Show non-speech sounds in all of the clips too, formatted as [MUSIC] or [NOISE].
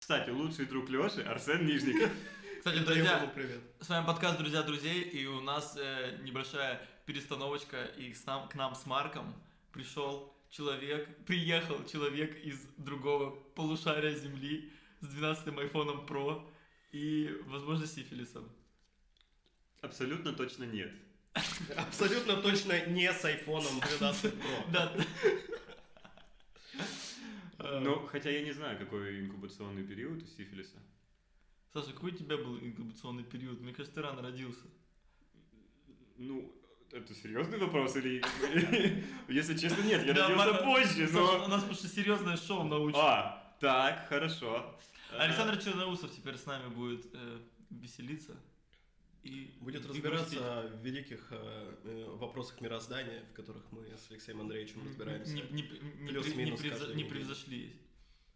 Кстати, лучший друг Лёши Арсен [LAUGHS] Нижников. Кстати, Передаем друзья, ему привет. с вами подкаст «Друзья друзей», и у нас э, небольшая перестановочка, и с нам- к нам с Марком пришел человек, приехал человек из другого полушария Земли с 12-м айфоном Pro и, возможно, сифилисом. Абсолютно точно нет. Абсолютно точно не с айфоном 12 Pro. Да. Ну, хотя я не знаю, какой инкубационный период у сифилиса. Саша, какой у тебя был инкубационный период? Мне кажется, ты рано родился. Ну, это серьезный вопрос или... Если честно, нет, я Да, родился Марк- позже, Саша, у но... нас просто серьезное шоу научно. А, так, хорошо. А, Александр Черноусов теперь с нами будет э, веселиться. И Будет и грустить. разбираться в великих э, э, вопросах мироздания, в которых мы с Алексеем Андреевичем разбираемся. Не, не- не- не Плюс-минус при- не превза- каждую не неделю. превзошли,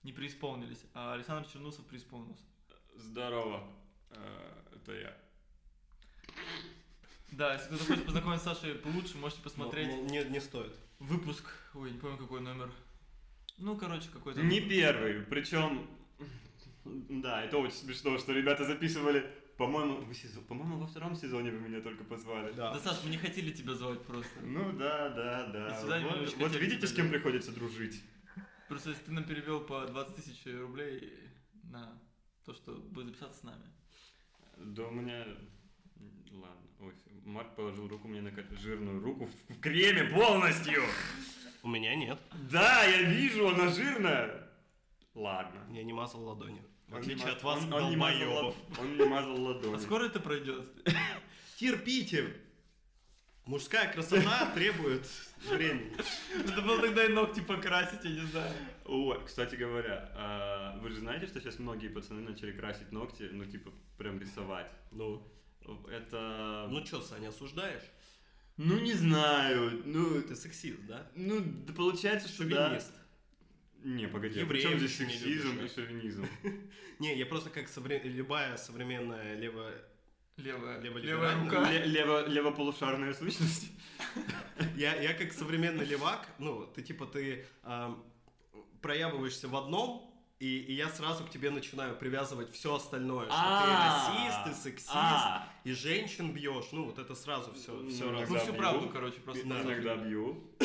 не преисполнились. А Александр Чернусов преисполнился. Э, Здорово. Э, Это я. Да, если кто-то хочет познакомиться с Сашей получше, можете Мол, посмотреть мол, Не, не стоит. выпуск. Ой, не помню какой номер. Ну, короче, какой-то. Не первый, причем... Да, это очень смешно, что ребята записывали... По-моему, вы сезон- по-моему, во втором сезоне вы меня только позвали. Да. Да, Саш, мы не хотели тебя звать просто. Ну да, да, да. И сюда Вот- немножечко вот текст видите, с добавим. кем приходится дружить. Просто если ты нам перевел по 20 тысяч рублей на то, что будет записаться с нами. Да у меня... Ладно. Ой, Марк положил руку мне на ко- жирную руку в в креме полностью. У меня нет. Да, я вижу, она жирная. Ладно. Я не мазал ладони. В Он отличие не от маз- вас, он, он не мазал, долбоёбов. лад- он не мазал А ладони. скоро это пройдет? Терпите! Мужская [LAUGHS] красота требует времени. Надо было тогда и ногти покрасить, я не знаю. Ой, кстати говоря, а, вы же знаете, что сейчас многие пацаны начали красить ногти, ну типа прям рисовать. Ну, Это... ну чё, Саня, осуждаешь? Ну, не знаю, ну... Ты сексист, да? Ну, да получается, что да. Феминист. Не, погоди, а при Евреев чем здесь не любишь, сексизм да? и [LAUGHS] шовинизм? Не, я просто как совре- любая современная левая... Левая, левая Леволиберальная. рука. Ле- лево- Левополушарная [LAUGHS] сущность? Я, я как современный левак, ну, ты типа, ты ам, проябываешься в одном, и, и я сразу к тебе начинаю привязывать все остальное, что А, ты расист, ты сексист, а. и женщин бьешь, ну, вот это сразу все, Ну, все да. раз. Ну, всю бью. правду, короче, просто Да. на самом Иногда деле. бью, [COUGHS]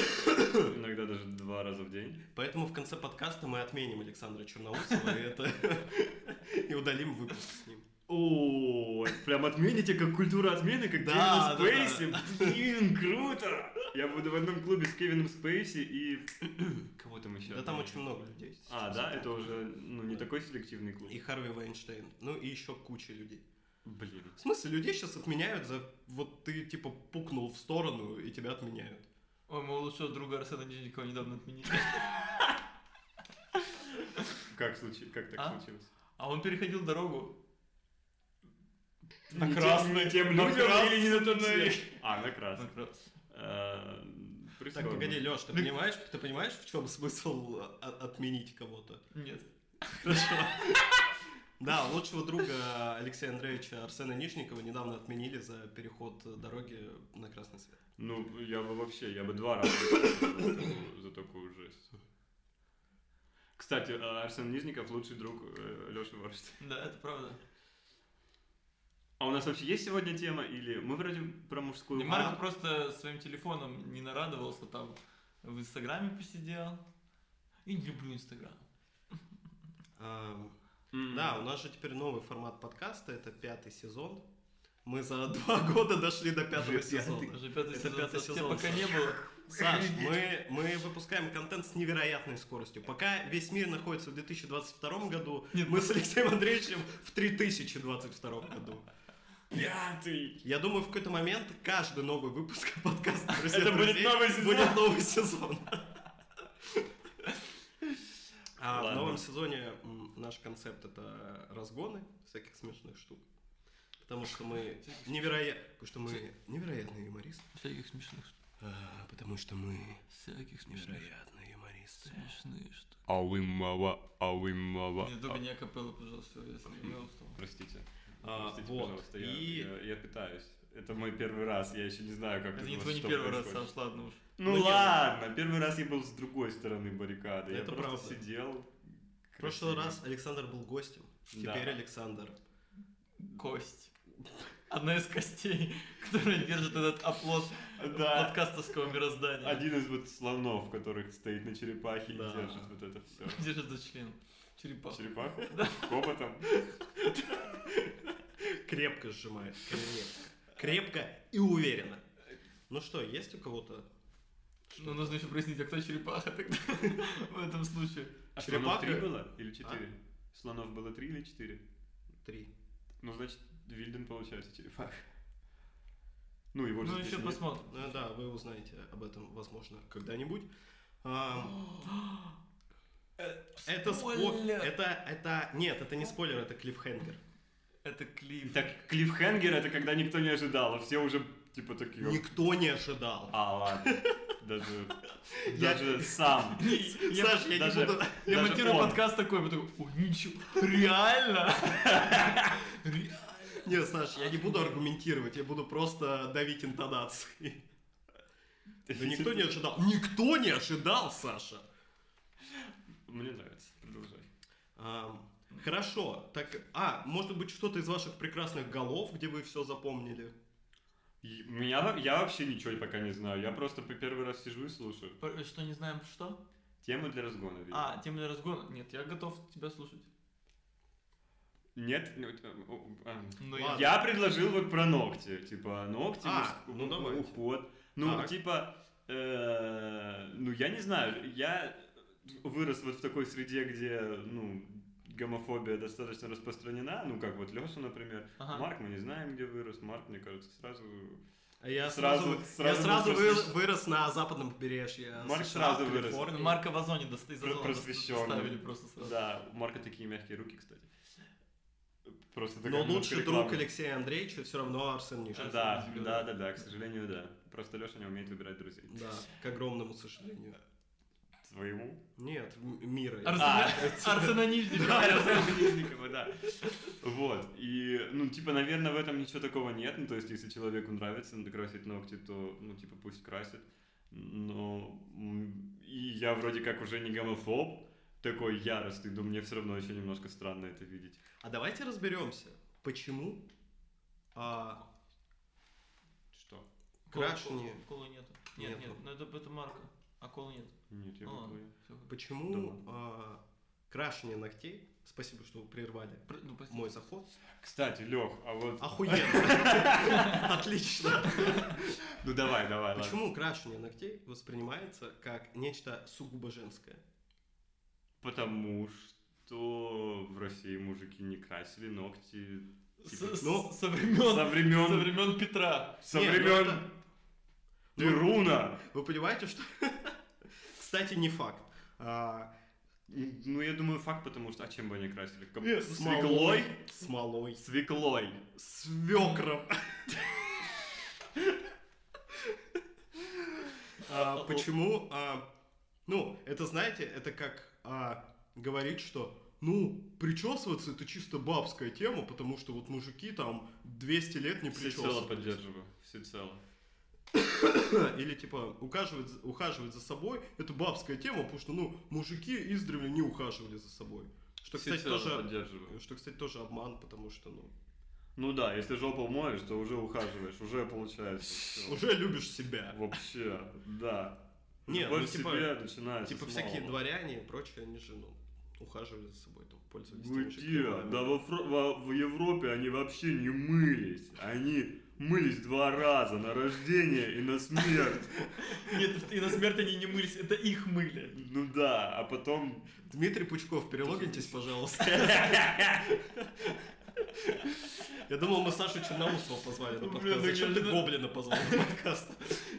иногда даже два раза в день. Поэтому в конце подкаста мы отменим Александра Черноусова и это... [LAUGHS] И удалим выпуск с ним. О, прям отмените, как культура отмены, как Да, Кевин да, Спейси. Блин, круто! Я буду в одном клубе с Кевином Спейси [COUGHS] и... Кого там еще? Да там очень много людей. сейчас. А, да? Это уже ну, не такой селективный клуб. И Харви Вайнштейн. Ну и еще куча людей. Блин. В смысле, людей сейчас отменяют за... Вот ты, типа, пукнул в сторону, и тебя отменяют. Ой, моего лучшего друга Арсена Нижникова недавно отменили. Как, случи- как так А? случилось? А он переходил дорогу. Не тем- красный. не тем На людям красный. или не на тот цвет? А, на красный. Как раз. Э, Так, прискорбно. погоди, Леш, ты Ну- понимаешь, ты понимаешь, в чем смысл э, от- отменить кого-то? Нет. Да, лучшего друга Алексея Андреевича Арсена Нижникова недавно отменили за переход э, дороги на красный свет. Ну, я бы вообще, я бы два раза за такую- за такую жесть. Кстати, э, Арсен Нижников лучший друг э, Леши Варштейна. Да, это правда. А у нас вообще есть сегодня тема или мы вроде про мужскую И пару? Марк просто своим телефоном не нарадовался там. В Инстаграме посидел. И не люблю Инстаграм. Эм, М. Да, у нас же теперь новый формат подкаста, это пятый сезон. Мы за два [LAUGHS] года дошли до пятого Уже пятый. сезона. Уже пятый Это сезон. пятый Саш, тебя сезон, пока Саш. не было. Саш, мы, мы выпускаем контент с невероятной скоростью. Пока весь мир находится в 2022 году, Нет, мы с Алексеем Андреевичем в 3022 году. Пятый. Я думаю, в какой-то момент каждый новый выпуск [LAUGHS] подкаста «Друзья Это будет друзей» новый сезон. будет новый [LAUGHS] сезон. А в Ладно. новом сезоне м, наш концепт это разгоны всяких смешных штук. Потому что мы невероятные, потому что мы невероятные юмористы. Всяких смешных штук. А, Потому что мы Всяких смешных. невероятные юмористы. Смешные штуки. А Ауимава, ауимава. Не только не акапелла, пожалуйста, если я устал. А, Простите. А, Простите, вот, пожалуйста, я, и- я- я питаюсь. Это мой первый раз, я еще не знаю, как Это тут не у вас твой не что первый раз, происходит. Саш, ладно уж. Ну Ну, нет. ладно, первый раз я был с другой стороны баррикады. я Это просто правда. сидел, В прошлый раз Александр был гостем, теперь Да. Александр. Кость. Одна из костей, [LAUGHS] которая держит этот оплот Да. подкастовского мироздания. Один из вот слонов, которых стоит на черепахе Да. и держит вот это все. Держит за член. Черепаху. [LAUGHS] Черепаху? Хоботом? Крепко сжимает, крепко. Крепко и уверенно. Ну что, есть у кого-то? Но нужно еще прояснить, а кто черепаха тогда [LAUGHS] в этом случае. А слонов Черепаха- А? три было? Или четыре? Слонов было три или четыре? Три. Ну, значит, Вильден получается черепаха. Ну, его же Ну здесь еще нет. посмотрим. Ну да, вы узнаете об этом, возможно, когда-нибудь. Ам, Э, это спойлер. Спойлер. Это, это, нет, это не спойлер, это клиффхенгер. Это клип. Так, клиффхенгер это когда никто не ожидал, а все уже типа такие... Никто не ожидал. А, ладно. Даже... Я- Даже сам. Я- Саш, я даже- не буду... Я даже монтирую он. подкаст такой, потом, о, ничего, реально? Ре- Не, Саш, я не буду аргументировать, я буду просто давить интонации. Да никто не ожидал. Никто не ожидал, Саша. Мне нравится. Продолжай. Ам, Хорошо, так, а, может быть, что-то из ваших прекрасных голов, где вы все запомнили? И Меня, во- я вообще ничего пока не знаю. Я просто по первый раз сижу и слушаю. Пр- Что, не знаем что? Темы для разгона. видимо. А, тема для разгона. Нет, я готов тебя слушать. Нет? ну, это, о, а. Но Ладно. Я предложил вот про ногти. Типа ногти, А, муск- ну у- давайте. уход. Ну, Так. типа, э, ну я не знаю. Я вырос вот в такой среде, где, ну, гомофобия достаточно распространена. Ну, как вот Леша, например. Ага. Марк, мы не знаем, где вырос. Марк, мне кажется, сразу... А Я Сразу- сразу, сразу я сразу был вы- просвещен. вырос на западном побережье. Марк США, сразу вырос. Калифорния. Марка в озоне доста- из Про- озона дос- просвещённый. доставили просто сразу. Да, у Марка такие мягкие руки, кстати. Просто такая Но минутка лучший рекламы. друг Алексея Андреевича все равно Арсен Нишин. Да, Арсен да, Нишин. да, да, к сожалению, да. Просто Леша не умеет выбирать друзей. Да, к огромному сожалению. Своему. Нет, м- мира. А, Арсена [LAUGHS] Арсена [LAUGHS] Нижникова. Да, Александра Нижникова, да. Вот. И, ну, типа, наверное, в этом ничего такого нет. Ну, то есть, если человеку нравится красить ногти, то, ну, типа, пусть красит. Но м, и я вроде как уже не гомофоб, такой яростный, но мне все равно еще немножко странно это видеть. А давайте разберемся, почему а, Что? Колы- Крашеные. кол- Колы нету. Нет, Нету. нет, ну это, это марка. А колы нет. Нет, я Ну бы ладно, такой- всё. почему а, крашение ногтей, спасибо, что вы прервали Пр- Ну, прости. мой заход, Кстати, Лех, а вот... охуенно, отлично. Ну, давай, давай, ладно. Почему крашение ногтей воспринимается как нечто сугубо женское? Потому что в России мужики не красили ногти С- с- Ну, со времен со времен- со времен Петра. со Не, ну времен это- Ну, Перуна. Вы понимаете, что... [LAUGHS] Кстати, не факт. А, Ну, я думаю, факт, потому что... А чем бы они красили? Кап- смолой, Свеклой? Смолой. Свеклой. Свекром. А, Почему? а, Ну, это, знаете, это как а, говорить, что ну, причесываться это чисто бабская тема, потому что вот мужики там 200 лет не Всецело причесываются. поддерживаю. Всецело. [LAUGHS] Или типа ухаживать, за- ухаживать за собой это бабская тема, потому что ну, мужики издревле не ухаживали за собой. Что, кстати, Всецело тоже, поддерживаю. что, кстати, тоже обман, потому что, ну, Ну да, если жопу моешь, то уже ухаживаешь, уже получается. [LAUGHS] всё. уже любишь себя. Вообще, да. Нет, Любовь ну, к типа- себе начинается Типа с всякие малого. дворяне и прочее, они же, ну, ухаживали за собой, там, Ну пользовались Вы теми же че? кремами. Ну Да во Фро- во- в Европе они вообще не мылись. Они мылись два раза, на рождение и на смерть. Нет, и на смерть они не мылись, это их мыли. Ну да, а потом... [LAUGHS] Дмитрий Пучков, перелогиньтесь, пожалуйста. Я думал, мы Сашу Черноусова позвали на Блин, подкаст. ну, Зачем ты неожиданно. Гоблина позвал на подкаст?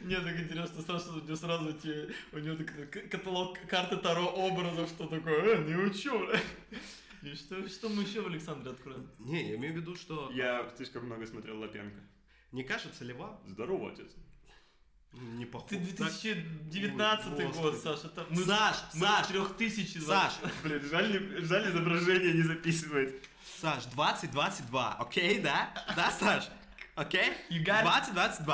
Мне так интересно, Саша, у него сразу те, у него такой к- каталог карты Таро образов, что такое, э, не учу, бля. И что, что мы еще в Александре откроем? Не, я имею в виду, что... Я слишком много смотрел Лапенко. Не кажется ли вам? ну, Здорово, отец. Не похоже. Ты 2019 Ой, год, господи. Саша, там мы... Саш, мы Саш, 3000 Саш, Блин, жаль, не- жаль, изображение не записывает. Саш, 2022, окей, да? Да, Саш? Окей? You got it? 2022.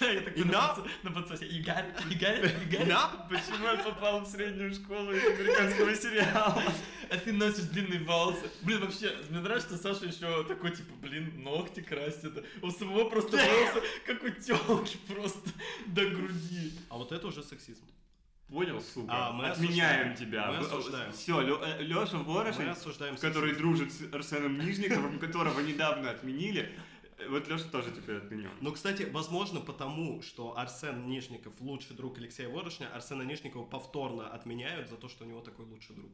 Да, [LAUGHS] я такой на Enough? подсо- на подсосе. You got it? You got it? You got it? Да? Почему я попал в среднюю школу из американского сериала? А ты носишь длинные волосы. Блин, вообще, мне нравится, что Саша еще такой, типа, блин, ногти красит. У самого просто волосы, как у телки просто до груди. А вот это уже сексизм. Понял, сука. А, мы Отменяем осуждаем. тебя. Мы осуждаем. Все, Леша Мы Ворошин, осуждаем который сексизм. дружит с Арсеном Нижниковым, которого недавно отменили, э, вот Леша тоже теперь отменен. Ну, кстати, возможно, потому что Арсен Нижников лучший друг Алексея Ворошня, Арсена Нижникова повторно отменяют за то, что у него такой лучший друг.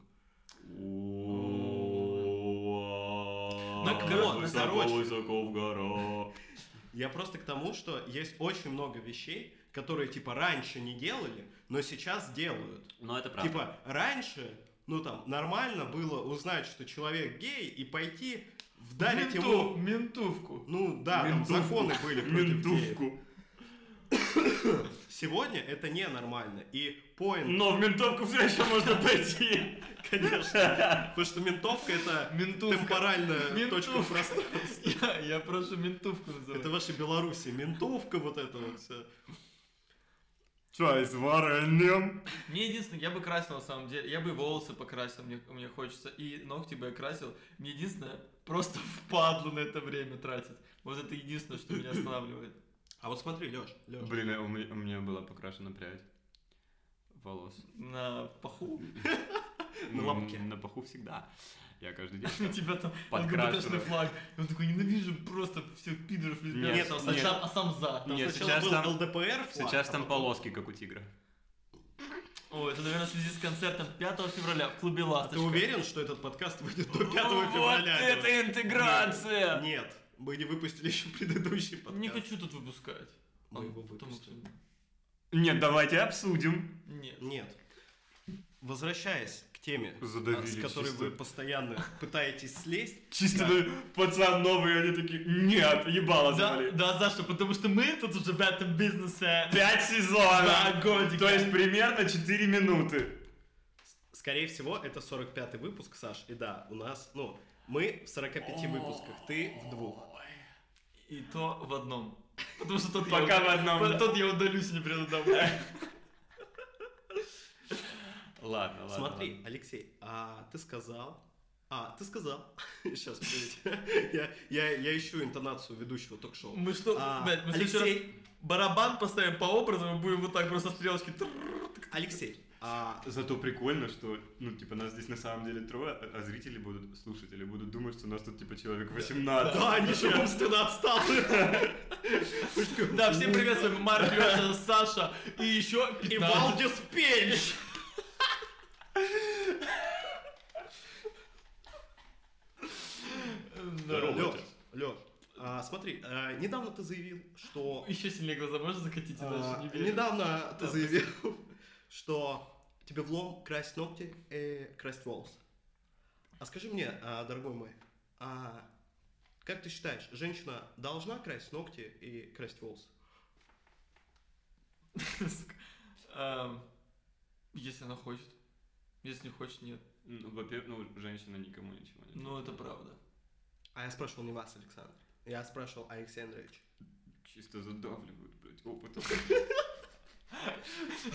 Так вот, ну, короче. Высоко в гора. Я просто к тому, что есть очень много вещей, которые типа раньше не делали, но сейчас делают. Ну, это правда. Типа раньше, ну там, нормально было узнать, что человек гей, и пойти вдарить Менту- ему... Ментовку. Ну да, там Ментовку. законы были против геев. Ментовку. Сегодня это ненормально. И поинт Но в ментовку все еще можно пойти. Конечно. Потому что ментовка это Ментовка. темпоральная Ментовка. точка пространства. Я, я прошу ментовку называть. Это ваша Белоруссия. Ментовка вот это вот все. Чай с вареньем. Мне единственное, я бы красил на самом деле, я бы и волосы покрасил, мне, мне хочется, и ногти бы я красил. Мне единственное, просто впадло на это время тратить. Вот это единственное, что меня останавливает. А вот смотри, Лёш, Лёш. Блин, а у меня, у меня была покрашена прядь волос. На паху. Ну, лобке. На паху всегда. Я каждый день. [LAUGHS] У тебя там Подкрашено. ЛГБТшный флаг. И он такой, ненавижу просто всех пидоров. лесбиян». Нет, а, нет. Сам, а сам за. Там Нет, сначала сейчас был там- ЛДПР флаг, Сейчас а там потом- полоски, как у тигра. Ой, это, наверное, в связи с концертом 5 февраля в клубе А «Ласточка». Ты уверен, что этот подкаст выйдет до 5 Вот февраля? это интеграция! Нет, мы не выпустили еще предыдущий подкаст. Не хочу тут выпускать. Мы А, его потом выпустим. обсудим. Нет, давайте обсудим. Нет. Нет. Возвращаясь к теме, Задавили а, с которой чисто. вы постоянно пытаетесь слезть, Чисто Да. ну, пацан новый, они такие, нет, ебало Да, завали. да, Саша, потому что мы тут уже в этом бизнесе Пять сезонов! два годика. То есть примерно 4 минуты. Скорее всего, это 45-й выпуск, Саш. И да, у нас, ну, мы в 45 выпусках, ты в двух. И то в одном. Потому что тот Пока я... в одном, да. Тот я удалюсь и не приду домой. Ладно, ладно. Смотри, Алексей, а ты сказал... А, ты сказал. [LAUGHS] Сейчас, подождите. [LAUGHS] я, я, я ищу интонацию ведущего ток-шоу. Мы что, А, блядь, Ну, мы в следующий раз Алексей, барабан поставим по образу, мы будем вот так просто стрелочки. Алексей, а, Зато прикольно, что, ну, типа, нас здесь на самом деле трое, а а зрители будут, слушатели будут думать, что у нас тут, типа, человек 18. Да, ничего, стыда отстал. [LAUGHS] Да, всем привет, с вами Марк, Лёша, Саша и еще И 15. Валдис Пельш. Да. Здорово. Лёш, Лёш, а, смотри, а, недавно ты заявил, что Еще сильнее глаза можно закатить и А, дальше не верю. Недавно ты Да, заявил, что тебе влом красть ногти и красть волосы. А скажи мне, а, дорогой мой, а как ты считаешь, женщина должна красть ногти и красть волосы? [LAUGHS] Сука. Эм, Если она хочет. Если не хочет, нет. Ну, во-первых, ну, женщина никому ничего не Ну, это правда. А я спрашивал не вас, Александр. Я спрашивал Александрович. Чисто задавливают, блядь, опытом.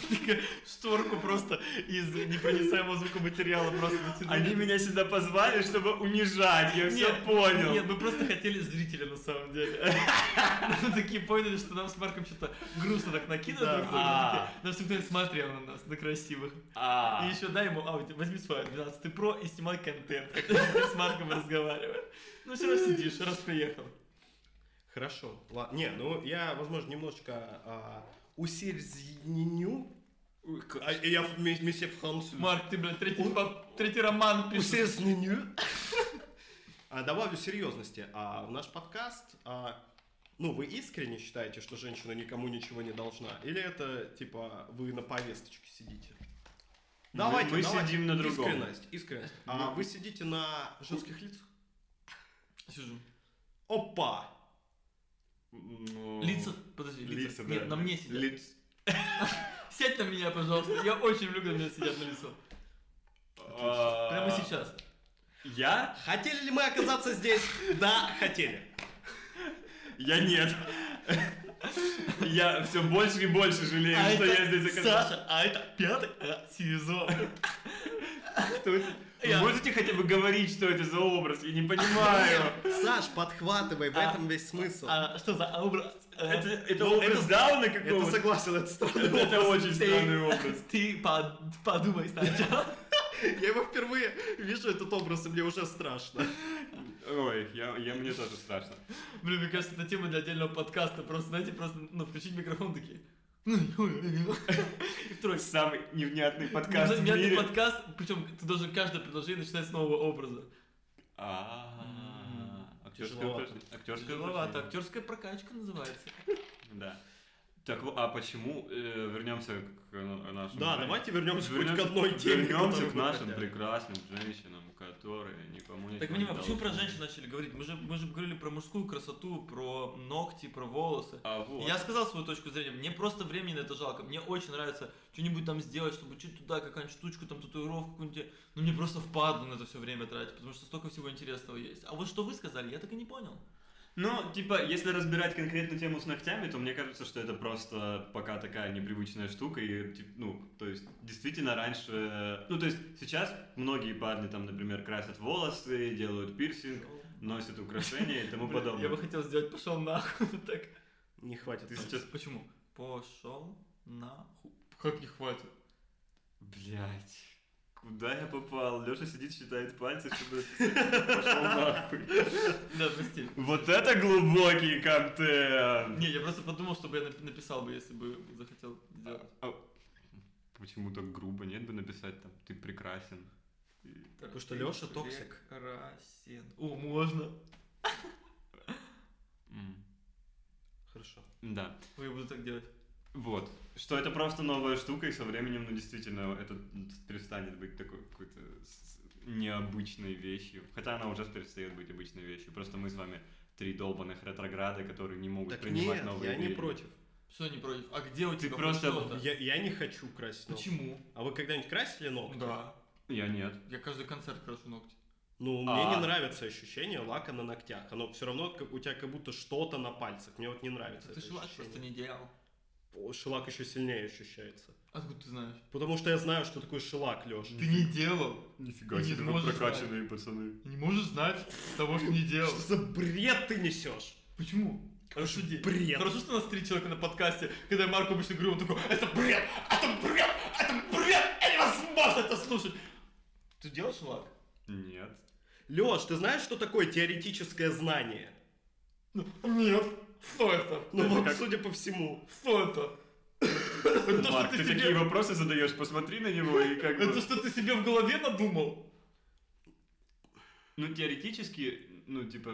Такая Шторку просто из непроницаемого звукоматериала просто натянули. Они меня сюда позвали, чтобы унижать, я все Нет, понял. Нет, мы просто хотели зрителя на самом деле. [LAUGHS] Мы такие поняли, что нам с Марком что-то грустно так накидывают Да. друг друга. А. Нам всегда смотрел на нас, на красивых. А, И еще дай ему, а, возьми свой 12 Pro и снимай контент, [LAUGHS] как ты с Марком разговариваешь. Ну все равно сидишь, раз приехал. Хорошо. ла- Не, ну я, возможно, немножечко а, усерьезню. А, я в ме- месте в Хансу. Марк, ты, блядь, третий, Он- по- третий роман пишешь. Усердненью. [LAUGHS] А, Добавлю серьезности. А в наш подкаст, а, ну, вы искренне считаете, что женщина никому ничего не должна? Или это, типа, вы на повесточке сидите? Мы- Ну, мы сидим на другом. Искренность, искренность. А Мы- вы сидите на женских лицах? Сижу. Опа! ну, Лица, подожди, лица. Лица, Нет, да. на мне сидят. Лиц- Сядь на меня, пожалуйста. Я очень люблю, когда меня сидят на лицо. А, Прямо сейчас. Я? Хотели ли мы оказаться здесь? Да, хотели. Я нет. [LAUGHS] Я все больше и больше жалею, А А что я здесь оказался. Саша, а это пятый э, сезон. Что это? Вы Я- Можете хотя бы говорить, что это за образ? Я не понимаю. Саш, подхватывай, в А, этом весь смысл. А что за образ? Э, Это, это Ну, образ это- Дауна Это какого-то? согласен, это странный Это, [LAUGHS] это образ. очень странный образ. Ты под- подумай сначала. Я его впервые вижу этот образ, и мне уже страшно. Ой, я, я, мне тоже [LAUGHS] страшно. Блин, мне кажется, это тема для отдельного подкаста. Просто, знаете, просто, ну, включить микрофон такие. Ну, И второй. Самый невнятный подкаст в Мятный мире. подкаст, причем ты должен каждое предложение начинать с нового образа. А, Актерское Тяжеловато. упражнение. Актерское М-м. Тяжеловато, упражнение. актерская прокачка называется. Да. Так, во- а почему э, вернемся к э, нашему... Да, Жене. давайте вернемся хоть к Вернемся- одной теме. Вернемся которую к мы нашим хотели. прекрасным женщинам, которые никому не Так не понимаю, а почему дал. про женщин начали говорить? Мы же, мы же говорили про мужскую красоту, про ногти, про волосы. А вот. Я сказал свою точку зрения, мне просто времени на это жалко, мне очень нравится что-нибудь там сделать, чтобы чуть туда какая-нибудь штучку, там татуировку какую-нибудь, ну мне просто впадло на это все время тратить, потому что столько всего интересного есть. А вот что вы сказали, я так и не понял. Ну, типа, если разбирать конкретную тему с ногтями, то мне кажется, что это просто пока такая непривычная штука. И, тип- ну, то есть, действительно, раньше... э, Ну, то есть, сейчас многие парни, там, например, красят волосы, делают пирсинг, носят украшения и тому Блин, Я бы подобное. хотел сделать пошел нахуй. [LAUGHS] вот Так. Не хватит. Ты пальцев. сейчас... Почему? Пошел нахуй. Как не хватит? Блять. Куда я попал? Лёша сидит, считает пальцы, [LAUGHS] чтобы... Пошёл нахуй. Да, прости. Вот это глубокий контент! Не, я просто подумал, чтобы я нап- написал бы, если бы захотел сделать. Почему так грубо? Нет бы написать там, ты прекрасен. Потому что Лёша токсик. Красен. О, можно. Хорошо. Да. Ой, Я буду так делать. Вот. Что это просто новая штука, и со временем, ну, действительно, это перестанет быть такой какой-то с- необычной вещью. Хотя она уже перестает быть обычной вещью. Просто мы с вами три долбанных ретрограда, которые не могут Так принимать нет, новые я не вещи. против. Что не против? А где у Ты тебя хоть просто- что-то? Я, я не хочу красить ногти. Почему? А вы когда-нибудь красили ногти? Да. Я нет. Я каждый концерт крашу ногти. Ну, А. мне не нравится ощущение лака на ногтях. Оно все равно как- у тебя как будто что-то на пальцах. Мне вот не нравится Ты это шелак просто ощущение. не делал. О, Шелак еще сильнее ощущается. Откуда ты знаешь? Потому что я знаю, что такое шелак, Леш. Ты не делал. Нифига Не себе, вы сможешь, прокачанные пацаны. Не можешь знать того, что не делал. Что за бред ты несешь? Почему? Рассуди. Бред. Хорошо, что у нас три человека на подкасте, когда я Марку обычно говорю, он такой, это бред, это бред, это бред, я невозможно это слушать. Ты делаешь лак? Нет. Леш, ты знаешь, что такое теоретическое знание? Ну, Нет. Что это? Ну Это вот, как- судя по всему. Что это? Это то, Марк, что ты ты такие себе... вопросы задаешь, посмотри на него и как бы... Это что ты себе в голове надумал? Ну, теоретически, ну, типа,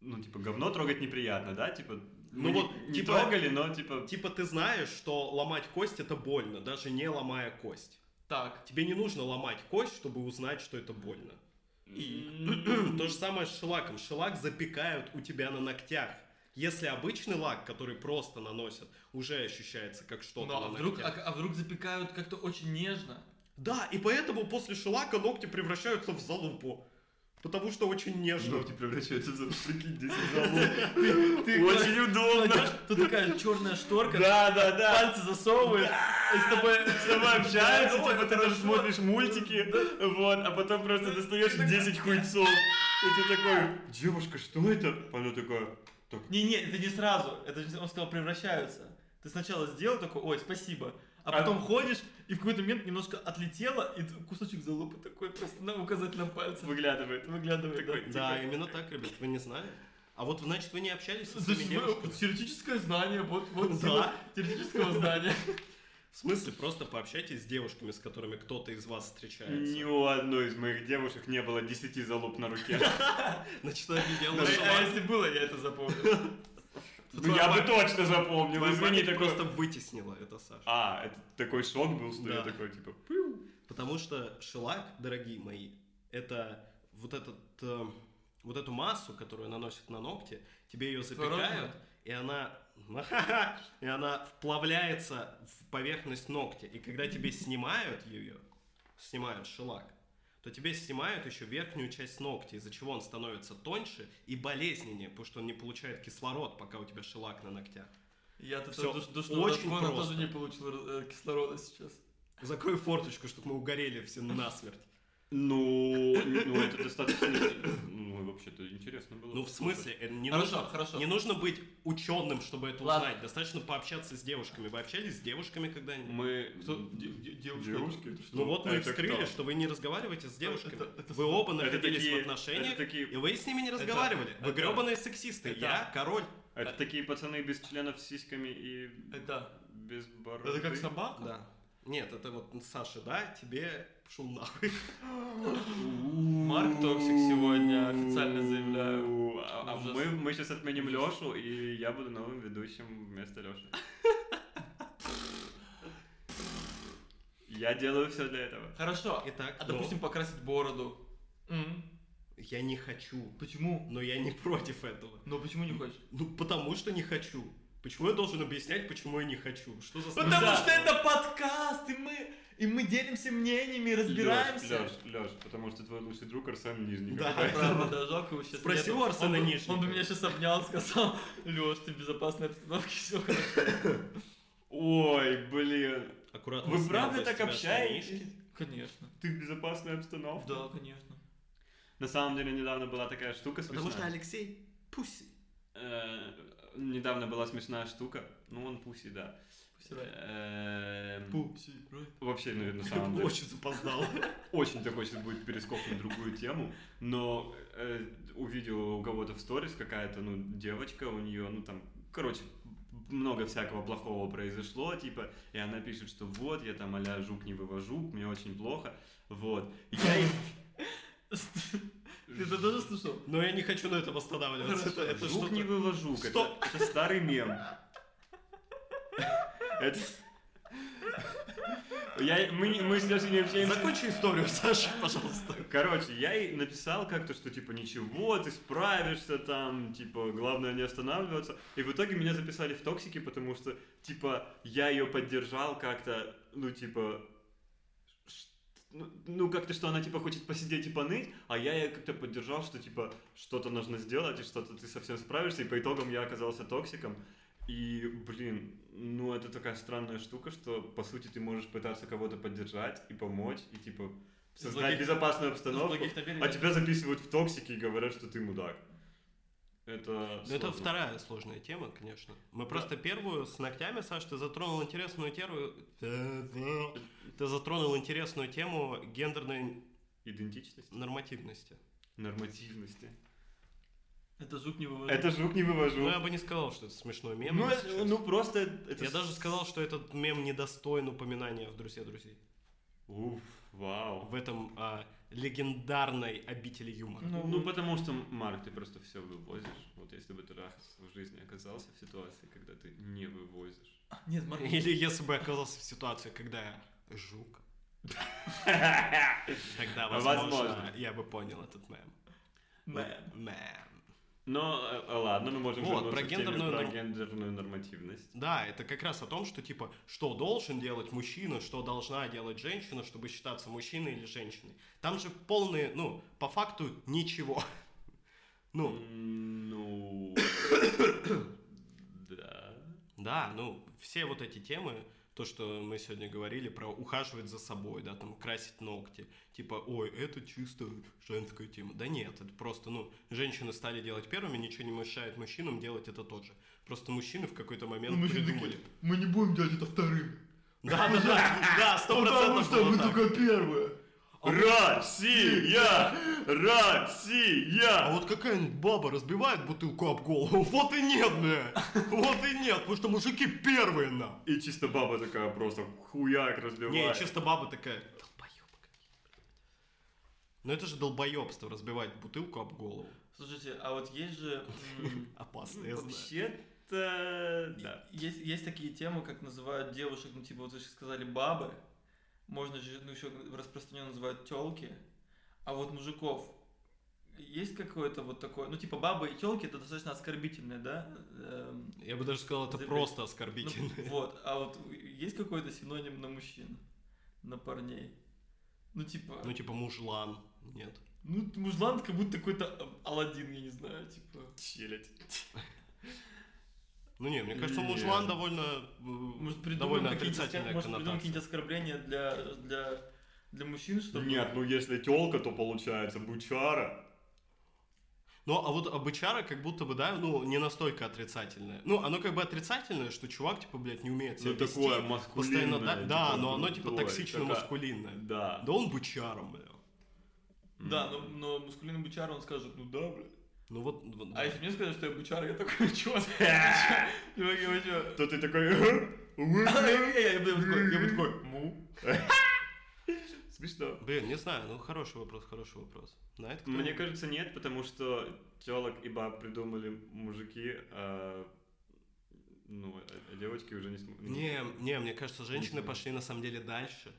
ну, типа, говно трогать неприятно, да? Типа, Ну мы не- вот, не типа- трогали, но, типа, Типа ты знаешь, что ломать кость это больно, даже не ломая кость. Так. Тебе не нужно ломать кость, чтобы узнать, что это больно. [CLEARS THROAT] [CLEARS THROAT] м, То же самое с шелаком. Шелак запекают у тебя на ногтях. Если обычный лак, который просто наносят, уже ощущается как что-то Ну, а на вдруг, а, ногтях. а вдруг запекают как-то очень нежно? Да, и поэтому после шелака ногти превращаются в залупу. Потому что очень нежно. [LAUGHS] Ногти превращаются типа, в прикинь, 10 залом. Ты, ты Очень удобно. кладешь, тут такая черная шторка, Да, да, да. пальцы засовываешь, и с тобой... С [LAUGHS] тобой общаются, Ой, типа ты хорошо. тоже смотришь мультики, вот, а потом просто достаешь 10 хуйцов. И ты такой, девушка, что это? Она такая, так, Не-не, это не сразу. Это же он сказал превращаются. Ты сначала сделал такой, ой, спасибо. А А- потом ходишь, и в какой-то момент немножко отлетело, и т- кусочек залупы такой просто на указательном пальце выглядывает. [LAUGHS] выглядывает. Такой, да. Да, именно так, ребят, вы не знали? А вот, значит, вы не общались с этими Значит, мы- девушками? ну, теоретическое знание, вот, вот Да. сила теоретического знания. В смысле, просто пообщайтесь с девушками, с которыми кто-то из вас встречается. Ни у одной из моих девушек не было 10 залуп на руке. [LAUGHS] Значит, они А делают а шелак. если было, я это запомнил. Ну я бы точно запомнил, Твоя извини, память такой. просто вытеснила это, Саша. А, это такой шок был, что я Да. такой, типа, Потому что шелак, дорогие мои, это вот этот э, вот эту массу, которую наносят на ногти, тебе ее запекают, Творожную? и она [LAUGHS] и она вплавляется в поверхность ногтя. И когда тебе снимают ее, снимают шелак, то тебе снимают еще верхнюю часть ногтя, из-за чего он становится тоньше и болезненнее, потому что он не получает кислород, пока у тебя шелак на ногтях. Я-то Всё тоже душ- душного очень разгона просто. тоже не получил э, кислорода сейчас. Закрой форточку, чтобы мы угорели все насмерть. Ну, [LAUGHS] ну это достаточно... Ну, вообще-то интересно было. Ну, в смысле, э, не хорошо, нужно... хорошо. Не нужно быть ученым, чтобы это Ладно. узнать. Достаточно пообщаться с девушками. Вы общались с девушками когда-нибудь? Мы... Кто- де- де- девушка? Это что? Ну вот А мы и А, Это кто? вскрыли, что вы не разговариваете с девушками. это- это- вы оба Это находились такие- в отношениях, это такие- и вы с ними не разговаривали. вы это- гребаные сексисты. это- Я король. Это такие пацаны без членов с сиськами и Это, без бороды. это как собака? Да. Нет, это вот Саша, да, тебе пошел [LAUGHS] нахуй. Марк Токсик сегодня, официально заявляю. А а Ужас. мы, мы сейчас отменим Лешу, и я буду новым ведущим вместо Леши. Я делаю все для этого. Хорошо. Итак, А ну, допустим, покрасить бороду. М, я не хочу, Почему? но я не против этого. Ну почему не хочешь? Ну, потому что не хочу. Почему я должен объяснять, почему я не хочу? Что за Потому Да. что это подкаст, и мы, и мы делимся мнениями, разбираемся. Леш, Леш, потому что твой лучший друг Арсен Нижний. Да. Правда, да, жалко его сейчас Спроси нету. у Арсена Он бы- Нижника. Он бы меня сейчас обнял, сказал, Леш, ты в безопасной обстановке, все хорошо. Ой, блин. Аккуратно. Вы снял правда бы с так тебя общаетесь? штанишки. Конечно. Ты в безопасной обстановке? Да, конечно. На самом деле, недавно была такая штука смешная. Потому что Алексей пусть. Э, недавно была смешная штука. Ну, он пуси, да. Пусть рай. Эм, Пупси, рай. Вообще, наверное, на самом деле. [LAUGHS] Очень запоздал. Очень так хочется будет перескок на другую тему, но э, увидел у кого-то в сторис какая-то, ну, девочка, у нее, ну, там, короче, много всякого плохого произошло, типа, и она пишет, что вот, я там а-ля жук не вывожу, мне очень плохо, вот. Я ей- Ты это тоже слушал? Но я не хочу на этом останавливаться. Это, Хорошо. это жук что-то... не вывожу, это, Стоп. это старый мем. Это- Я, мы, не- мы с Лешей не общаемся. Закончи историю, Саша, пожалуйста. Короче, я ей написал как-то, что типа ничего, ты справишься там, типа главное не останавливаться. И в итоге меня записали в токсики, потому что типа я ее поддержал как-то, ну типа ш- ну, ну, как-то, что она, типа, хочет посидеть и поныть, а я ее как-то поддержал, что, типа, что-то нужно сделать, и что-то ты совсем справишься, и по итогам я оказался токсиком. И, блин, ну, это такая странная штука, что, по сути, ты можешь пытаться кого-то поддержать и помочь, и, типа, Из создать благих- безопасную С обстановку, благих намерений. а тебя записывают в токсике и говорят, что ты мудак. Это Ну, это сложно. вторая сложная тема, конечно. Мы просто первую с ногтями, Саш, ты затронул интересную тему. Ты затронул интересную тему гендерной Идентичность. нормативности. Нормативности. Это жук не выводит. Это жук не вывожу. Ну, я бы не сказал, что это смешной мем. Ну, если э, честно. ну, просто это... я с- даже сказал, что этот мем недостоин упоминания в «Друзья друзей». Уф, вау. В этом а, легендарной обители юмора. Ну, Ну, вот. потому что, Марк, ты просто все вывозишь. Вот если бы ты раз в жизни оказался в ситуации, когда ты не вывозишь. [LAUGHS] Нет, Марк, Или если бы я оказался в ситуации, когда я жук, тогда, возможно, Возможно. я бы понял этот мем. мэм. Мем. Но, э, э, ладно, мы можем Вот, вернуться про к теме гендерную про норм- гендерную нормативность. Да, это как раз о том, что типа, что должен делать мужчина, что должна делать женщина, чтобы считаться мужчиной или женщиной. Там же полные, ну, по факту ничего. [LAUGHS] Ну, М, Ну... [COUGHS] Да. да, ну, все вот эти темы, то, что мы сегодня говорили про ухаживать за собой, да, там, красить ногти, типа, ой, это чисто женская тема. Да нет, это просто, ну, женщины стали делать первыми, ничего не мешает мужчинам делать это тоже. Просто мужчины в какой-то момент Ну, мужчины придумали. [LAUGHS] такие, Мы не будем делать это вторым. Да, да, да, да, сто процентов было так. первые. Россия! А Россия! вот какая-нибудь баба разбивает бутылку об голову, [LAUGHS] вот и нет, бля. Вот и нет, потому что мужики первые, на. И чисто баба такая просто хуяк Не, разбивает. чисто баба такая, долбоёбы какие, блядь». Ну это же долбоебство, разбивать бутылку об голову. Слушайте, а вот есть же... м, Опасно, Ну, я знаю. Вообще-то... Да. Есть, есть такие темы, как называют девушек, ну типа вот вы сейчас сказали бабы, можно же, ну еще распространенно называют телки, а вот мужиков есть какое-то вот такое, ну типа бабы и телки это достаточно оскорбительное, да? эм, Я бы даже сказал, это Забей. просто ну, оскорбительно. вот, а вот есть какой-то синоним на мужчин, на парней? Ну, типа, Ну, типа мужлан. Нет. ну, мужлан как будто какой-то Алладин, я не знаю, типа. Челядь. Ну не, мне кажется, И- мужлан довольно, э, Может, придумаем довольно какие-то, отрицательная может, придумаем какие-нибудь коннотация. оскорбления для, для, для мужчин, чтобы... Нет, ну если телка, то получается бучара. Ну, а вот обычара как будто бы, да, ну, не настолько отрицательное. Ну, оно как бы отрицательное, что чувак, типа, блядь, не умеет себя Ну вести. такое Постоянно, маскулинное. да, типа, да, но оно, типа, крутое, такая- токсично-маскулинное. [LAUGHS] Да. Да он бычаром, бля. Да, но, но мускулинный бычар, он скажет, ну да, бля. Ну вот, вот, А да. если мне скажут, что я бычар, я такой, [LAUGHS] чё? ты?» Чувак, я вообще... То ты такой... «Э, «Вы». [LAUGHS] Я буду такой, я буду такой, му. э». [LAUGHS] Смешно. Блин, не знаю, ну, хороший вопрос, хороший вопрос. На это кто? Мне кажется, нет, потому что телок и баб придумали мужики, а, ну, а- а девочки уже не смогут. Не, не, мне кажется, женщины знаю. пошли на самом деле дальше.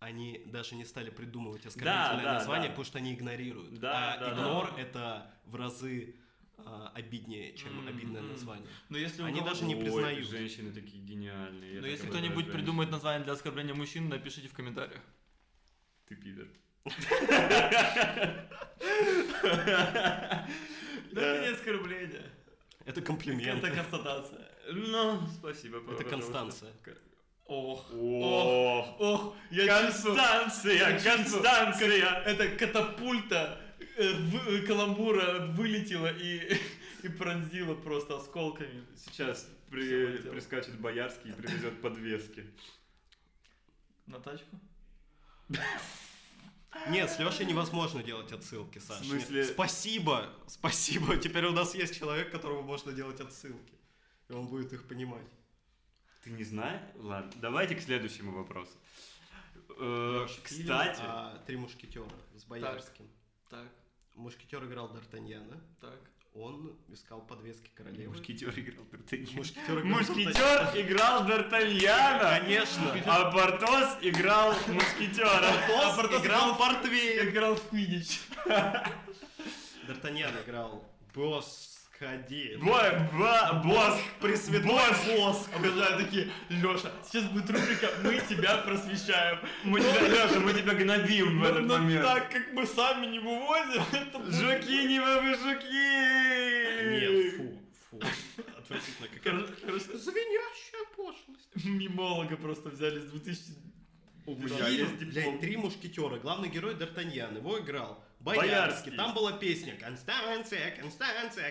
Они даже не стали придумывать Да, оскорбительное да, название, да. потому что они игнорируют. Да, а да, да. игнор это в разы а, обиднее, чем М-м-м. М, обидное м. название. Но если у Они кого-то- даже не признают. Женщины такие гениальные. я Но так если обожаю кто-нибудь женщин. придумает название для оскорбления мужчин, напишите в комментариях. Ты пидор. [LAUGHS] Да это не оскорбление. Это комплимент. Это констатация. Ну, спасибо, Это пожалуйста. Констанция. [LAUGHS] Ох. Ох. Ох, я чувствую. Констанция, Я чувствую, Констанция. Это катапульта э, в- э, каламбура вылетела и, [LAUGHS] и пронзила просто осколками. Сейчас Всё при- улетело. прискачет Боярский и привезет подвески. На тачку? Нет, с Лешей невозможно делать отсылки, Саша. В смысле? Нет. Спасибо, спасибо. Теперь у нас есть человек, которому можно делать отсылки. И он будет их понимать. Ты не знаешь? Ладно, давайте к следующему вопросу. Э, Лёш, фильм, Кстати, а, Три мушкетера с Боярским. Так, Мушкетер играл Д'Артаньяна. так. Он искал подвески королевы. [LAUGHS] мушкетер играл Д'Артаньяна. Мушкетер играл Мушкетер играл Д'Артаньяна, Конечно. а Портос играл Мушкетера. Д'Артаньян. А Портос играл портвейн. Играл в квиддич. Д'Артаньян играл босс, ходи. Бо- бо- Босс, Пресвятой босс. босс. Обожаю такие, Леша, сейчас будет рубрика «Мы тебя просвещаем». Мы тебя, Леша, мы тебя гнобим в Но, этот но момент. Ну, так как мы сами не вывозим, это будет- Жукинева вы жуки! Нет, фу, фу. Отвратительно, какая Кор- короче, звенящая пошлость. мимолога просто взяли с 2000... У меня Фильм, есть блядь, диплом. три мушкетера. Главный герой Д'Артаньян. Его играл Боярский. Боярский. Там была песня «Констанция, Констанция,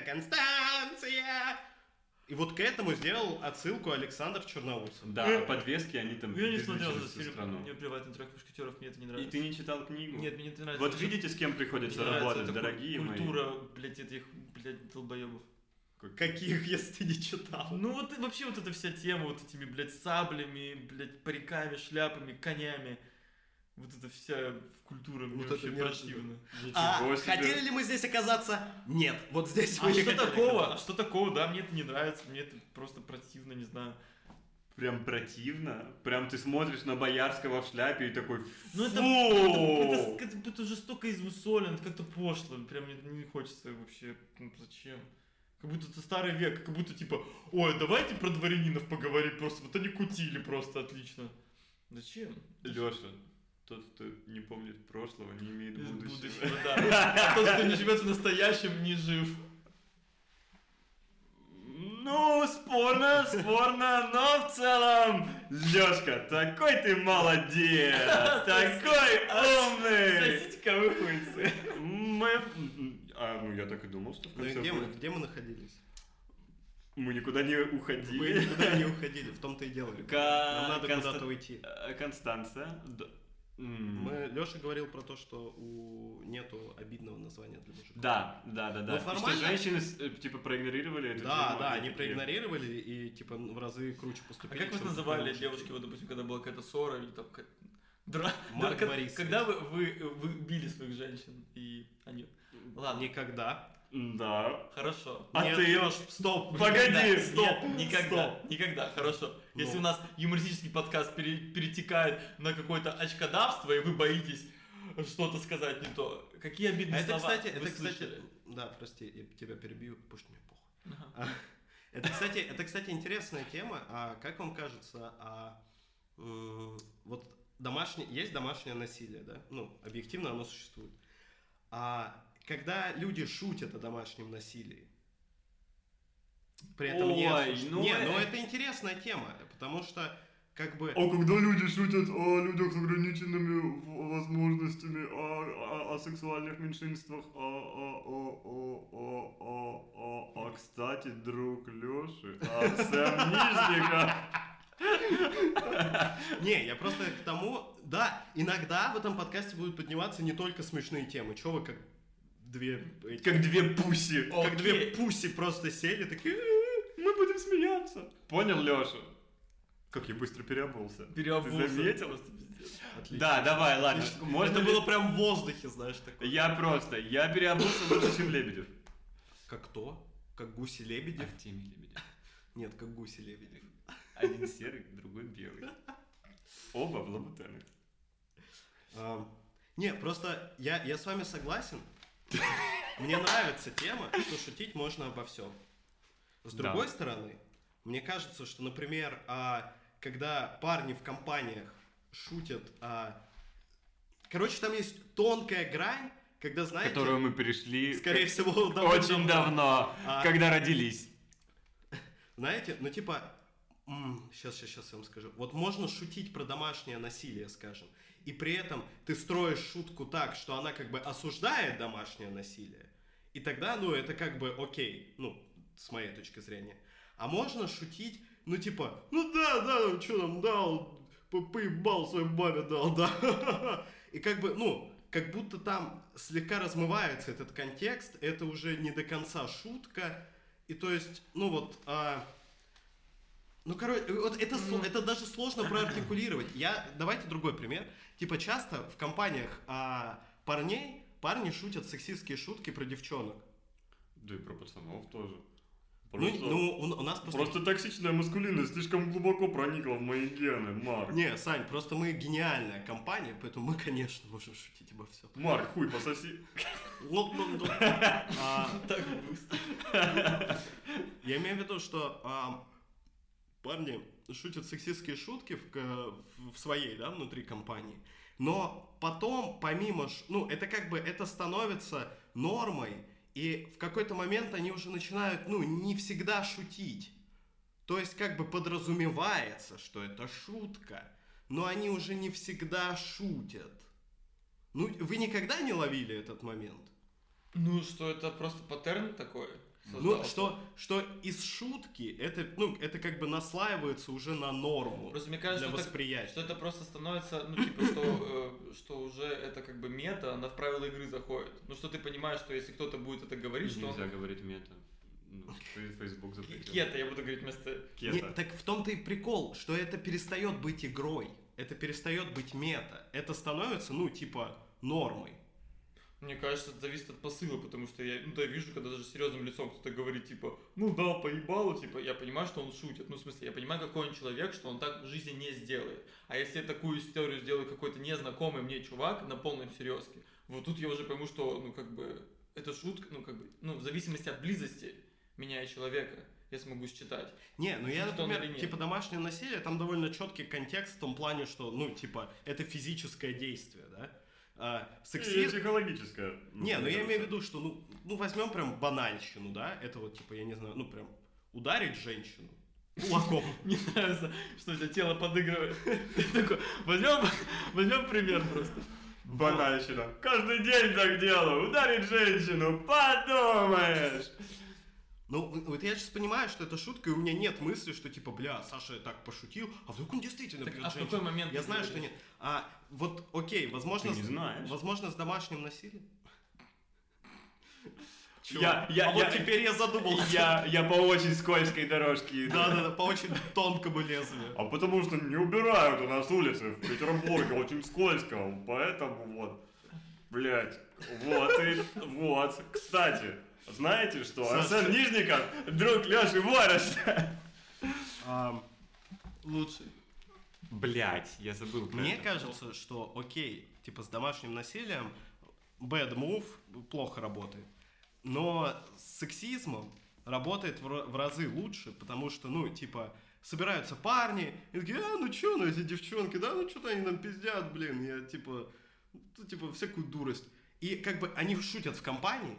Констанция». И вот к этому сделал отсылку Александр Черноусов. Да, а подвески они там Я не излечили смотрел этот всю фильм, страну. мне плевать на трех мушкетеров, мне это не И нравится. ты не читал книгу? Нет, мне это не нравится. Вот Мне видите, с кем приходится нравится работать, эта куль- дорогие мои. Культура, блядь, этих, блядь, долбоебов. Каких, если не читал? Ну вот и вообще вот эта вся тема вот этими, блядь, саблями, блядь, париками, шляпами, конями. Вот эта вся культура мне Вот это вообще не противна. Ничего себе. А хотели ли мы здесь оказаться? Нет, вот здесь А, А мы не что хотели такого? А оказаться. что такого? Да, мне это не нравится, мне это просто противно, не знаю. Прям противно. Прям ты смотришь на Боярского в шляпе и такой Ну это, это, фу! это, это, это жестоко измусолено, это как-то пошло, прям мне не хочется вообще, ну зачем? Как будто это старый век, как будто типа, ой, давайте про дворянинов поговорим, просто вот они кутили просто отлично. Зачем? Леша, тот, кто не помнит прошлого, не имеет Из будущего. будущего, да. А тот, кто не живет в настоящем, не жив. Ну, [LAUGHS] спорно, спорно, но в целом, Лешка, такой ты [LAUGHS] молодец, такой умный. Сосите-ка вы хуйцы. Мы... А, ну я так и думал, что в Ну и конце где мы, будет. где мы находились? мы никуда не Мы уходили. никуда не уходили, в том-то и дело. Ка- Нам надо Констан- куда-то уйти. Э, [LAUGHS] Констанция. да. М. Мы, Леша говорил про то, что у нету обидного названия для мужиков. Да, да, да, да. Ну, И что формально- женщины с- э, типа проигнорировали эту Да, тему, да, они они такие, проигнорировали и типа в разы круче А поступили. как вас чем называли мужики. девушки, вот, допустим, когда была какая-то ссора или там какая-то... Дра... Марк Да, ко- Борисович. Когда вы, вы, вы били своих женщин, и они... Ладно, Никогда. Да. хорошо. А Нет, ты- Лёш, стоп. Погоди, Никогда, стоп, нет, никогда, стоп. никогда, хорошо. Ну. Если у нас юмористический подкаст пере- перетекает на какое-то очкодавство, и вы боитесь что-то сказать не то, какие А обидные это, слова кстати, вы это, кстати, слышали? да, прости, я тебя перебью, потому что мне похуй. А, Ага. Это, кстати, это, кстати, интересная тема. А как вам кажется, а, м, вот домашнее, есть домашнее насилие, да? Ну, объективно оно существует. А когда люди шутят о домашнем насилии, при этом не... Ой, осуж- ну не, э- ну это интересная тема, потому что как бы... А когда люди шутят о людях с ограниченными в- возможностями, о, о- о сексуальных меньшинствах, о, о, о, о, о, о, о, а, кстати, друг Лёши, а [LAUGHS] Сэм Нижников. Не, я просто к тому, да, иногда в этом подкасте будут подниматься не только смешные темы. Чего вы как две... эти- Как две пуси. как две Окей. пуси просто сели, такие... «Э, Мы будем смеяться. Понял, Лёша? Как я быстро переобулся. Переобулся. Ты заметил? Отлично. Да, давай, ладно. Это Можно было было... прям в воздухе, знаешь, такое. Я просто, я переобулся лучше, чем Лебедев. Как кто? Как гуси-лебедев? Артемий Лебедев. Нет, как гуси-лебедев. Один серый, другой белый. Оба в лабутенах. Ам, Не, просто я, я с вами согласен. Мне нравится тема, что шутить можно обо всем. С Да. другой стороны, мне кажется, что, например, а, когда парни в компаниях шутят, а, короче, там есть тонкая грань, когда, знаете, которую мы перешли скорее как- всего, очень давно, А. когда родились. Знаете, ну типа, сейчас, сейчас, сейчас я вам скажу. Вот можно шутить про домашнее насилие, скажем, и при этом ты строишь шутку так, что она как бы осуждает домашнее насилие, и тогда, ну, это как бы окей, ну, с моей точки зрения. А можно шутить, ну, типа, ну да, да, что там дал, по- поебал своей бабе дал, да. [LAUGHS] И как бы, ну, как будто там слегка размывается этот контекст, это уже не до конца шутка, и то есть, ну вот, а, ну короче, вот это, сло- это даже сложно проартикулировать. Я, давайте другой пример. Типа часто в компаниях а, парней парни шутят сексистские шутки про девчонок. Да и про пацанов тоже. Ну, Просто, ну, у, у нас просто... просто токсичная маскулинность слишком глубоко проникла в мои гены, Марк. [LAUGHS] Не, Сань, просто мы гениальная компания, поэтому мы, конечно, можем шутить обо всем. Марк, хуй пососи. [LAUGHS] Так быстро. Я имею в виду, что а, парни шутят сексистские шутки в, ка- в своей, да, внутри компании. Но потом, помимо, ш- ну, это как бы, это становится нормой, и в какой-то момент они уже начинают, ну, не всегда шутить. То есть как бы подразумевается, что это шутка, но они уже не всегда шутят. Ну, вы никогда не ловили этот момент? Ну что, это просто паттерн такой? Ну, создался? что, что из шутки, это, ну, это как бы наслаивается уже на норму Просто мне кажется, для что так- восприятия. Что это просто становится, ну, типа, что, э, что уже это как бы мета, она в правила игры заходит. Ну, что ты понимаешь, что если кто-то будет это говорить, что он... говорить мета. Ну, Фейсбук К- Кета, я буду говорить вместо... Не, так в том-то и прикол, что это перестает быть игрой, это перестает быть мета, это становится, ну, типа, нормой. Мне кажется, это зависит от посыла, потому что я, ну, да, вижу, когда даже серьезным лицом кто-то говорит, типа, ну да, поебало, типа, я понимаю, что он шутит. Ну, в смысле, я понимаю, какой он человек, что он так в жизни не сделает. А если такую историю сделает какой-то незнакомый мне чувак на полном серьезке, вот тут я уже пойму, что, ну, как бы, это шутка, ну, как бы, ну, в зависимости от близости меня и человека я смогу считать. [LAUGHS] Не, ну я, Что он или например, нет? типа домашнее насилие, там довольно четкий контекст в том плане, что, ну, типа, это физическое действие, да? А, сексизм- психологическая. Не, ну я имею в виду, что ну, ну возьмем прям банальщину, да? Это вот типа, я не знаю, ну прям ударить женщину кулаком. Мне нравится, что у тебя тело подыгрывает. [LAUGHS] Ты такой, возьмем, возьмем пример просто. Банальщина. Каждый день так делаю. Ударить женщину, подумаешь. Ну, в- вот я сейчас понимаю, что это шутка, и у меня нет мысли, что типа, бля, Саша так пошутил, а вдруг он действительно Так, бьет а в какой женщину. момент? Я ты знаю, что говоришь? нет. А вот, окей, возможно, Ты не с- знаешь. возможно, с домашним насилием. [LAUGHS] Чё? Я- я- а вот я- теперь [LAUGHS] я задумался. Я, я по очень скользкой дорожке иду. Да-да-да, по очень тонкому лезвию. А потому что не убирают у нас улицы в Петербурге, очень скользко, поэтому вот, блядь, вот и вот. Кстати, знаете что? Саша. Арсен Нижников, друг Лёши Ворош. Ам, Лучший. Блядь, я забыл Мне кажется, что окей, типа с домашним насилием bad move плохо работает. Но с сексизмом работает в, ра- в разы лучше, потому что, ну, типа, собираются парни, и такие, а, ну чё, ну эти девчонки, да, ну что-то они нам пиздят, блин, я, типа, ну, типа, всякую дурость. И, как бы, они шутят в компании,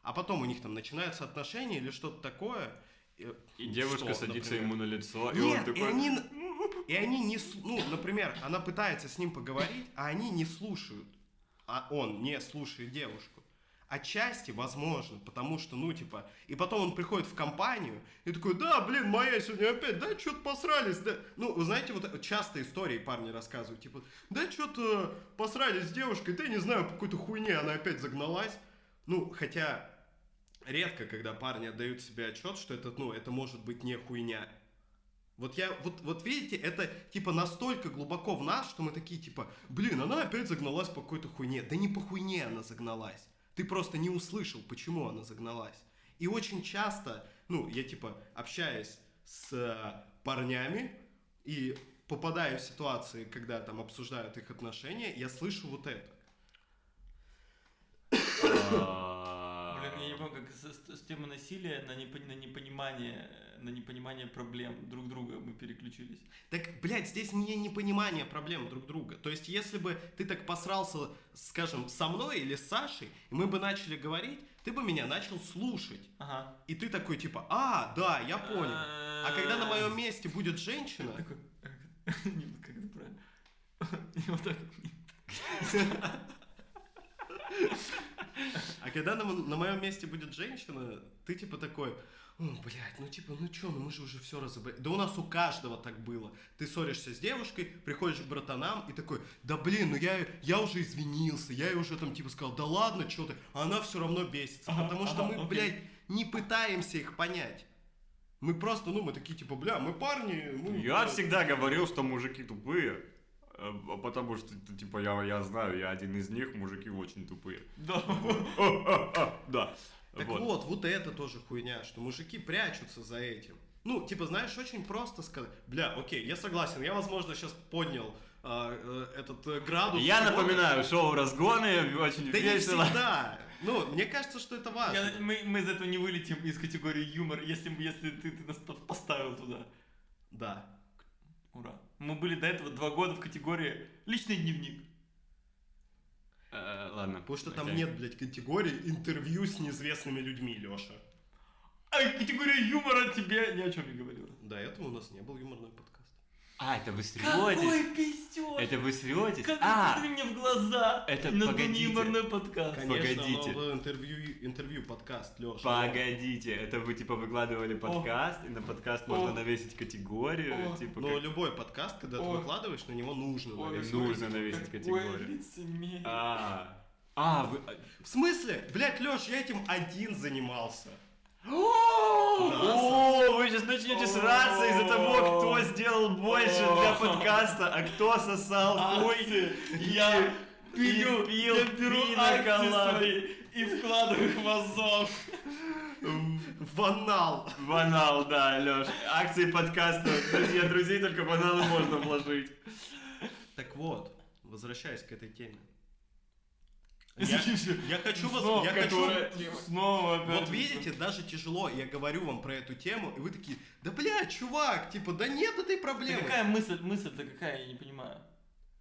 а потом у них там начинаются отношения или что-то такое. И, И девушка что, садится например? ему на лицо, и он Нет, и такой... они, и они не... с- Ну, например, она пытается с ним поговорить, а они не слушают. А он не слушает девушку. Отчасти, возможно, потому что, ну, типа... И потом он приходит в компанию и такой, да, блин, моя сегодня опять, да, что-то посрались, да. Ну, вы знаете, вот часто истории парни рассказывают, типа, да, что-то посрались с девушкой, да, я не знаю, по какой-то хуйне она опять загналась. Ну, хотя редко, когда парни отдают себе отчет, что это, ну, это может быть не хуйня, вот я, вот, вот видите, это типа настолько глубоко в нас, что мы такие типа, блин, она опять загналась по какой-то хуйне. Да не по хуйне она загналась. Ты просто не услышал, почему она загналась. И очень часто, ну, я типа общаюсь с э, парнями и попадаю в ситуации, когда там обсуждают их отношения, я слышу вот это. «А-а-а». А. Блин, я не могу, как с, с- с темы насилия на, непон- на непонимание, э, на непонимание проблем друг друга мы переключились. Так, блядь, здесь не непонимание проблем друг друга. То есть, если бы ты так посрался, скажем, со мной или с Сашей, и мы бы начали говорить, ты бы меня начал слушать. Ага. И ты такой типа, а, да, я понял. А когда на моем месте будет женщина, Такой, э, [LAUGHS] не, ну как это правильно? [LAUGHS] И вот так. а когда на, м- на моем месте будет женщина, ты типа такой, о, блядь, ну типа, ну чё, ну мы же уже все разобрали. Да у нас у каждого так было. Ты ссоришься с девушкой, приходишь к братанам и такой, да блин, ну я, я уже извинился, я ей уже там типа сказал, да ладно, что ты, а она все равно бесится, Ага, потому что ага, мы, окей. блядь, не пытаемся их понять. Мы просто, ну, мы такие, типа, бля, мы парни, мы... Я блядь, всегда говорил, что мужики тупые, э, потому что, т- типа, я, я знаю, я один из них, мужики очень тупые. [LAUGHS] Да. Да. Так вот. вот, это тоже хуйня, что мужики прячутся за этим. Ну, типа, знаешь, очень просто сказать. Бля, окей, я согласен, я, возможно, сейчас поднял а, э, этот э, градус. Я тревоги. напоминаю, шоу «Разгоны» очень Да не весело. всегда. Ну, мне кажется, что это важно. Я- Мы мы из этого не вылетим из категории юмор, если мы- если ты ты нас по- поставил туда. Да. Ура. Мы были до этого два года в категории личный дневник. Э, Ладно. Потому что там окей. нет, блядь, категории интервью с неизвестными людьми, Леша. А категория юмора тебе ни о чем не говорила. До этого у нас не был юморный подкаст. А, это вы сретесь? Какой пиздец! Это вы сретесь? Как ты А, смотри мне в глаза? это И на Э, погодите. юморный Ну, подкаст. Конечно, Погодите. оно было интервью, интервью подкаст, Леша. погодите, это вы, типа, выкладывали подкаст, и на подкаст О. можно навесить категорию, О. типа, Но как любой подкаст, когда ты Ой. выкладываешь, на него нужно. Ой, навесить. ну. нужно навесить Какое категорию. лицемерие. А, а, вы... В смысле? Блядь, Леш, я этим один занимался. О, вы сейчас начнете сраться из-за того, кто сделал больше для О. подкаста, а кто сосал хуй. Акции. А, Я пью, пил я беру пиво акции колад. свои и вкладываю их в Азов. В анал. В анал, да, Леш. Акции подкаста. Друзья, друзей только в анал можно вложить. Так вот, возвращаясь к этой теме. И Я, зачем я хочу вас... Снова, Я хочу... которая- Снова опять. Вот видите, даже тяжело, я говорю вам про эту тему, и вы такие, да бля, чувак, типа, да нет этой Да проблемы. какая мысль, мысль-то какая, я не понимаю.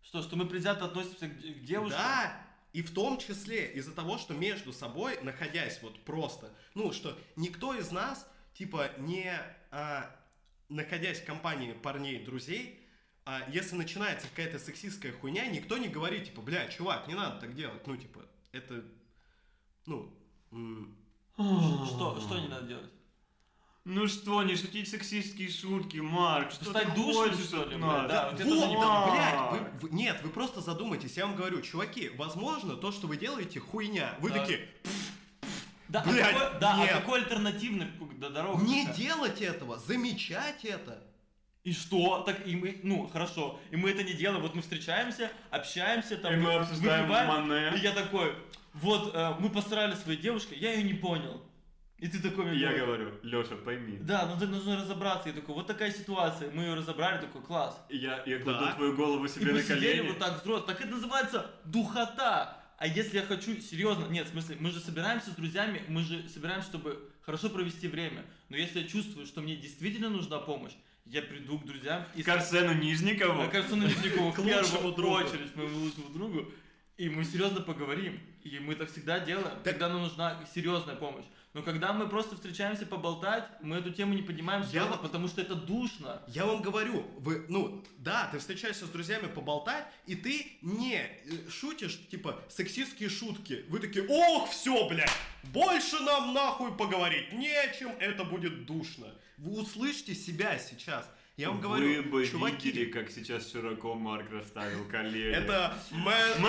Что, что мы предвзято относимся к де- к девушкам? Да, и в том числе из-за того, что между собой, находясь вот просто, ну, что никто из нас, типа, не, а, находясь в компании парней, друзей, а, если начинается какая-то сексистская хуйня, никто не говорит, типа, бля, чувак, не надо так делать, ну, типа, это, ну, м, Что, что не надо делать? Ну что, не шутить сексистские шутки, Марк. Что Стать ты душным, хочешь что ли, от блядь? нас? Да, вот это Вот, же А не Марк. да, блядь, вы- вы- нет, вы просто задумайтесь, я вам говорю, чуваки, возможно, то, что вы делаете, хуйня. Вы Да. такие, Да, Блядь, а какой, да, а нет. какой альтернативный пу- да, дорога? не какая? делать этого, замечать это. И что? Так и мы, ну, хорошо, и мы это не делаем. Вот мы встречаемся, общаемся, там, И мы вы- обсуждаем выпиваем. И Мане. я такой, вот, э, мы посрали своей девушке, я ее не понял. И ты такой... мне Я говоришь, говорю, Леша, пойми. Да, ну так нужно разобраться. Я такой, вот такая ситуация, мы ее разобрали, такой, класс. Я, я Да. кладу твою голову и себе мы на сидели колени. вот так взросло. Так это называется духота. А если я хочу серьезно, нет, в смысле, мы же собираемся с друзьями, мы же собираемся, чтобы хорошо провести время. Но если я чувствую, что мне действительно нужна помощь, я приду к друзьям и... К Арсену Нижникову. А Карсуну Лесникову в К лучшему первую другу. очередь, моему лучшему другу. И мы серьезно поговорим. И мы так всегда делаем, когда нам нужна серьезная помощь. Но когда мы просто встречаемся поболтать, мы эту тему не поднимаем Я серьезно, вот- потому что это душно. Я вам говорю, вы, ну, да, ты встречаешься с друзьями поболтать, и ты не э, шутишь, типа, сексистские шутки. Вы такие, ох, все, блядь, больше нам нахуй поговорить нечем, это будет душно. Вы услышьте себя сейчас. Я вам Вы говорю, бы чуваки, видели, как сейчас широко Марк расставил колени. это мэн-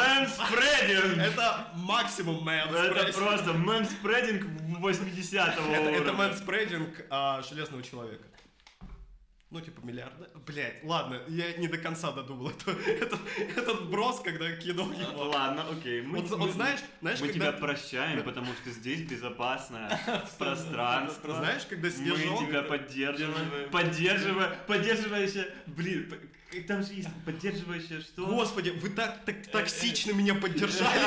Мэнспрединг! это максимум мэн Это просто мэнспрединг 80-го Это, уровня. это мэнспрейдинг а, железного человека. Ну, типа миллиарда. Блять, ладно, я не до конца додумал это, этот- этот брос, когда кинул его. Ладно, окей. Мы, Вот, вот мы- знаешь, знаешь, мы когда, тебя прощаем, потому что здесь [LAUGHS] безопасное пространство. знаешь, когда Мы снежок, тебя поддерживаем. Поддерживая, поддерживающая, блин, п- как там же есть поддерживающая что? господи, вы так, так токсично меня поддержали.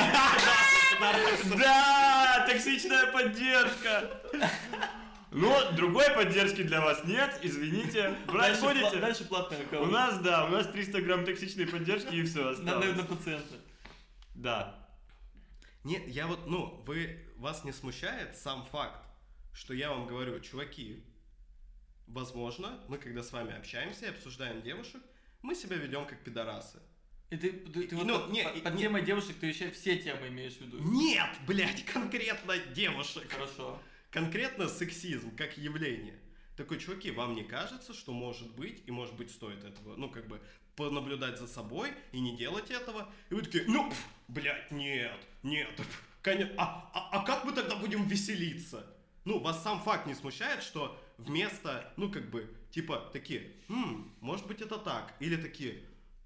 Да, токсичная поддержка. Но другой поддержки для вас нет, извините, брать Дальше, пла- будете? дальше платный У аккаунт. нас, да, у нас 300 грамм токсичной поддержки и все на, на- на осталось. пациента. Да. Нет, я вот, ну, вы, вас не смущает сам факт, что я вам говорю, чуваки, возможно, мы когда с вами общаемся и обсуждаем девушек, мы себя ведем как пидорасы. И ты, ты- ты И- вот ну, под, не, под и- под не- темой девушек ты еще все темы имеешь в виду. Нет, блядь, конкретно девушек. Хорошо. Конкретно сексизм как явление. Такой, чуваки, вам не кажется, что может быть, и может быть стоит этого, ну, как бы, понаблюдать за собой и не делать этого? И вы такие, ну, пф, блядь, нет, нет, пф, коне- а, а- а как мы тогда будем веселиться? Ну, вас сам факт не смущает, что вместо, ну, как бы, типа, такие, «М, может быть, это так, или такие,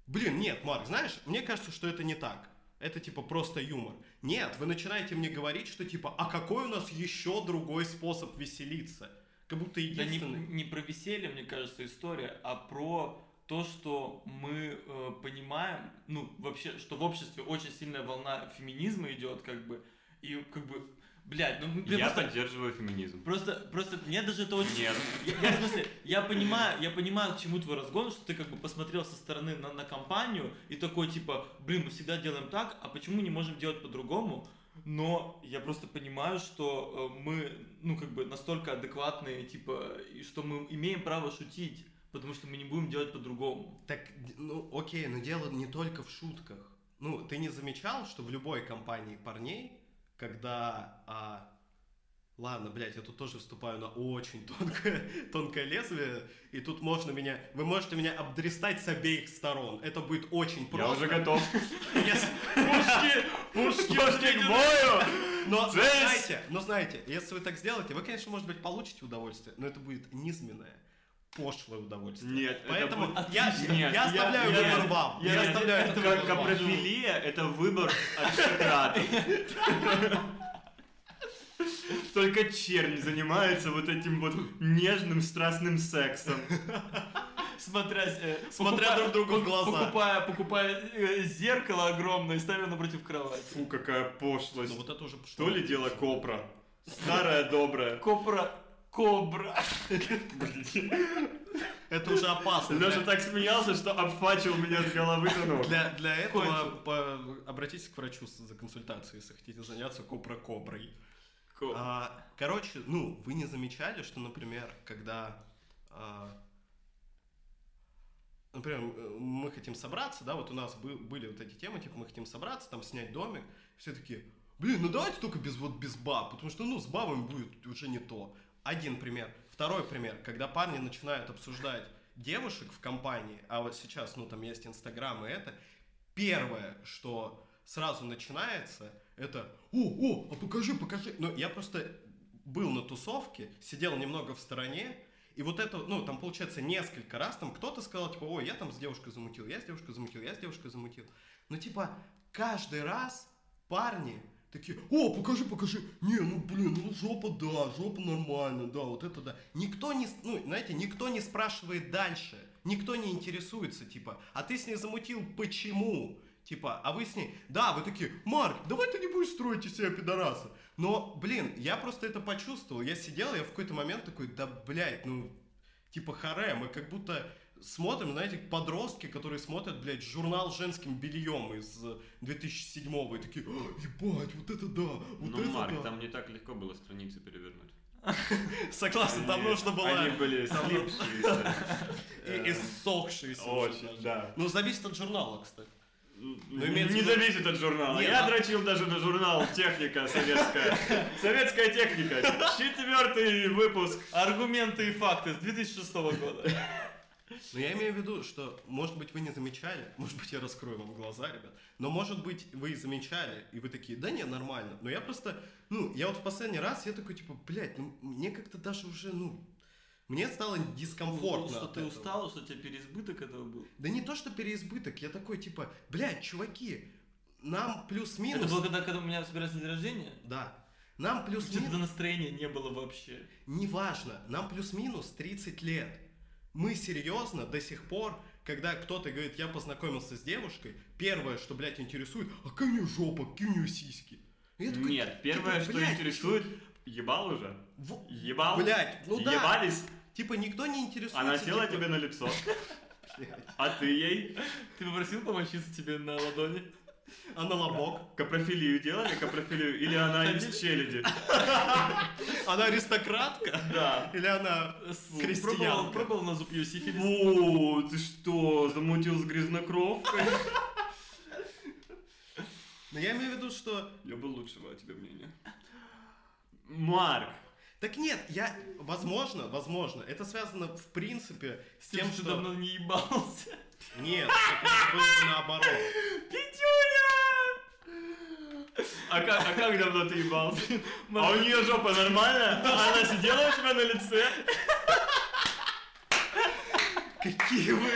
блин, нет, Марк, знаешь, мне кажется, что это не так. Это типа просто юмор. Нет, вы начинаете мне говорить, что типа, а какой у нас еще другой способ веселиться? Как будто Да не, единственный. не про веселье, мне кажется, история, а про то, что мы э, понимаем, ну, вообще, что в обществе очень сильная волна феминизма идет, как бы, и как бы, блядь, ну, блин, Я просто, поддерживаю феминизм. просто, просто, мне даже это очень... Нет. [LAUGHS] Я, я, в смысле, я понимаю, я понимаю, к чему твой разгон, что ты как бы посмотрел со стороны на, на компанию и такой типа, блин, мы всегда делаем так, а почему не можем делать по-другому? Но я просто понимаю, что э, мы, ну, как бы настолько адекватные, типа, и что мы имеем право шутить, потому что мы не будем делать по-другому. Так, ну окей, но дело не только в шутках. Ну, ты не замечал, что в любой компании парней, когда... а, Ладно, блядь, я тут тоже вступаю на очень тонкое, [LAUGHS] тонкое лезвие, и тут можно меня... Вы можете меня обдрестать с обеих сторон. Это будет очень Я просто. уже [LAUGHS] готов. Если- Пушки, [LAUGHS] пушки, пушки к бою! Но Жесть! знаете, но знаете, если вы так сделаете, вы, конечно, может быть, получите удовольствие, но это будет низменное, пошлое удовольствие. Нет, это Поэтому будет- я, Отлично. Нет, я я- оставляю я- выбор вам. Я, я- оставляю Это этот как выбор вам. капрофилия, это выбор аристократов. [LAUGHS] Только чернь занимается вот этим вот нежным страстным сексом. Смотря, э, Смотря покупая- друг другу в пок- глаза. Покупая, покупая э, зеркало огромное и ставя напротив кровати. Фу, какая Ну, пошлость. вот это уже пошло. Что ли дело Копра? Старая добрая. Кобра, кобра. Это уже опасно. Леша Для, так смеялся, что обфачил меня с головы до ног. для, для этого Кончил. по- обратитесь к врачу с- за консультацией, если хотите заняться кобра-коброй. Ко- А, короче, ну, вы не замечали, что, например, когда... а, например, м- мы хотим собраться, да, вот у нас бы- были вот эти темы, типа, мы хотим собраться, там, снять домик, все такие, блин, ну давайте только без вот без баб, потому что, ну, с бабами будет уже не то. Один пример. Второй пример, когда парни начинают обсуждать девушек в компании, а вот сейчас, ну, там есть Инстаграм и это, первое, что сразу начинается, это «О, о, а покажи, покажи!» Но я просто был на тусовке, сидел немного в стороне, и вот это, ну, там, получается, несколько раз там кто-то сказал, типа, ой, я там с девушкой замутил, я с девушкой замутил, я с девушкой замутил. Но, типа, каждый раз парни такие, о, покажи, покажи, не, ну, блин, ну, жопа, да, жопа нормально, да, вот это да. Никто не, с- ну, знаете, никто не спрашивает дальше, никто не интересуется, типа, а ты с ней замутил, почему? Типа, а вы с ней, да, вы такие, Марк, давай ты не будешь строить из себя пидораса. Но, блин, я просто это почувствовал. Я сидел, я в какой-то момент такой, да, блядь, ну, типа харе. Мы как будто смотрим, знаете, подростки, которые смотрят, блядь, журнал женским бельем из э, 2007-го и такие, «А, ебать, вот это да, вот Ну, это Марк, да. там не так легко было страницы [LAUGHS] перевернуть. Согласен, там Они- нужно было Они были там- слипшиеся. [LAUGHS] и, и ссохшиеся уже Очень, даже. да. Ну, зависит от журнала, кстати. Ну, имеется в Не виду- зависит от журнала. Нет, Я а- дрочил даже на журнал «Техника [LAUGHS] советская». Советская техника. Четвертый выпуск. Аргументы и факты с 2006 года. Но Ну, я имею в виду, что, может быть, вы не замечали, [LAUGHS] может быть, я раскрою вам глаза, ребят, но, может быть, вы и замечали, и вы такие, да не, нормально, но я просто, ну, я вот в последний раз, я такой, типа, блядь, ну, мне как-то даже уже, ну, мне стало дискомфортно Ну, Что от ты этого. устал, что у тебя переизбыток этого был. Да не то, что переизбыток, я такой, типа, блядь, чуваки, нам плюс-минус... Это было когда, когда у меня собирались на день рождения? Да. Нам плюс-минус... Что-то настроения не было вообще. Неважно, нам плюс-минус 30 лет. Мы серьезно до сих пор, когда кто-то говорит, я познакомился с девушкой, первое, что, блядь, интересует, а какая у нее жопа, какие у нее сиськи? И я такой, Нет, первое, типа, что блядь, интересует, ебал уже? во- Ебал? блядь, ну да, Ебались? типа никто не интересуется. Она села типа, тебе на лицо, блядь, а ты ей Ты попросил помочиться тебе на ладони? А на лобок? капрофилию делали, капрофилию, или она из Ходили? челяди. Она аристократка? Да. Или она... С- Крестьянка. Пробовал, пробовал на зуб ее сифилис. О, ты что, замутил с грязнокровкой? Но я имею в виду, что... Я был лучшего о тебе мнения. Марк, Так нет, я... Возможно, возможно, это связано в принципе С тем, что давно не ебался. Нет, это было бы наоборот. Петюня! а как, а как давно ты ебался? А у нее жопа нормальная? Она сидела у тебя на лице? Какие вы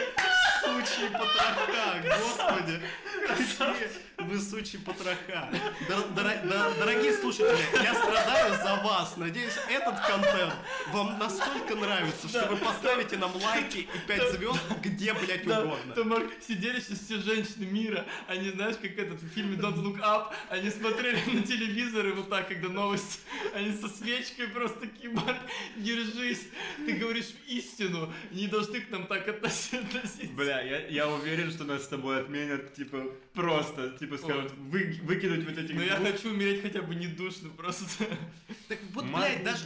сучьи потроха, господи! Какие вы сучьи потроха! Дор- доро- дор- Дорогие слушатели, я страдаю за вас. Надеюсь, этот контент вам настолько нравится, что вы поставите нам лайки и 5 звезд где, блядь, Там, угодно. там Марк, сидели сейчас все женщины мира, они, знаешь, как этот в фильме Don't Look Up, они смотрели на телевизор и вот так, когда новости, они со свечкой просто такие, Марк, держись, ты говоришь истину, не должны к нам так относи- относиться. Бля, я, я уверен, что нас с тобой отменят, типа, просто, типа, скажут, вы, выкинуть вот этих Но Ну, я двух. хочу умереть хотя бы не душно просто. [LAUGHS] Так вот, Мар- блядь, даже...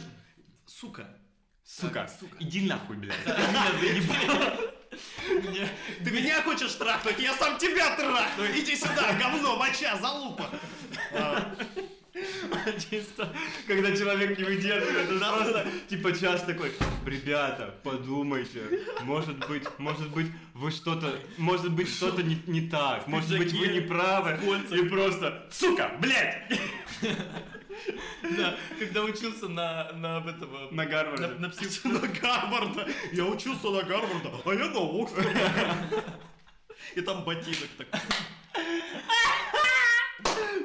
Сука. Сука, Так, сука. иди нахуй, блядь. Ты меня заебал. Мне- Ты меня хочешь трахнуть, я сам тебя трахну. Иди сюда, говно, моча, залупа. А, Чисто, когда человек не выдерживает, он просто, типа, час такой, ребята, подумайте, может быть, может быть, вы что-то, может быть, что-то не, не так, может быть, вы Пиджаке, не правы, и просто, сука, блядь, Да, когда учился на, на об этого... на на, Гарварде. на псих- На Гарварда. Я учился на Гарварда, а я на Оксфорде. И там ботинок такой.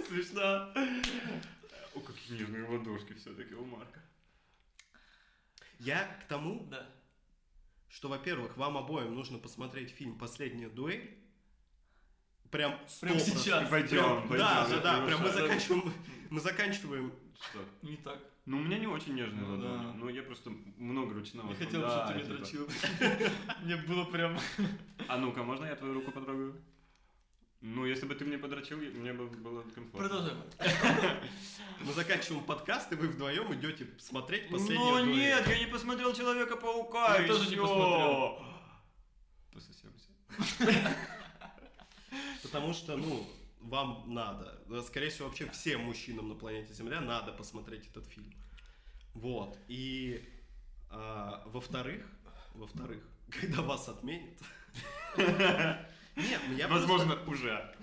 Смешно. О, какие нежные ладошки все-таки у Марка. Я к тому, Да. что, во-первых, вам обоим нужно посмотреть фильм «Последняя дуэль». Прям сто Прям процентов. сейчас. Пойдем, пойдем. Да, да, я да, прям мы приглашаю. заканчиваем, [LAUGHS] мы заканчиваем. Что? Не так. Ну, у меня не очень нежные Ну, ладони, да. но я просто много ручного Ну, Не труда, хотел, чтобы ты меня типа. дрочил. [LAUGHS] Мне было прям... А ну-ка, можно я твою руку потрогаю? Ну, если бы ты мне подрочил, я- мне бы было комфортно. Продолжай. Мы заканчиваем подкаст, и вы вдвоем идете смотреть «Последнюю Ну дуэль». нет, я не посмотрел Человека-паука Я тоже не ещё. посмотрел. Пососемся. Потому что, ну, вам надо. Да, Скорее всего, вообще всем мужчинам на планете Земля надо посмотреть этот фильм. Вот. И а, во-вторых, во-вторых, [LAUGHS] когда вас отменят. [LAUGHS] Нет, ну я просто- Возможно, уже.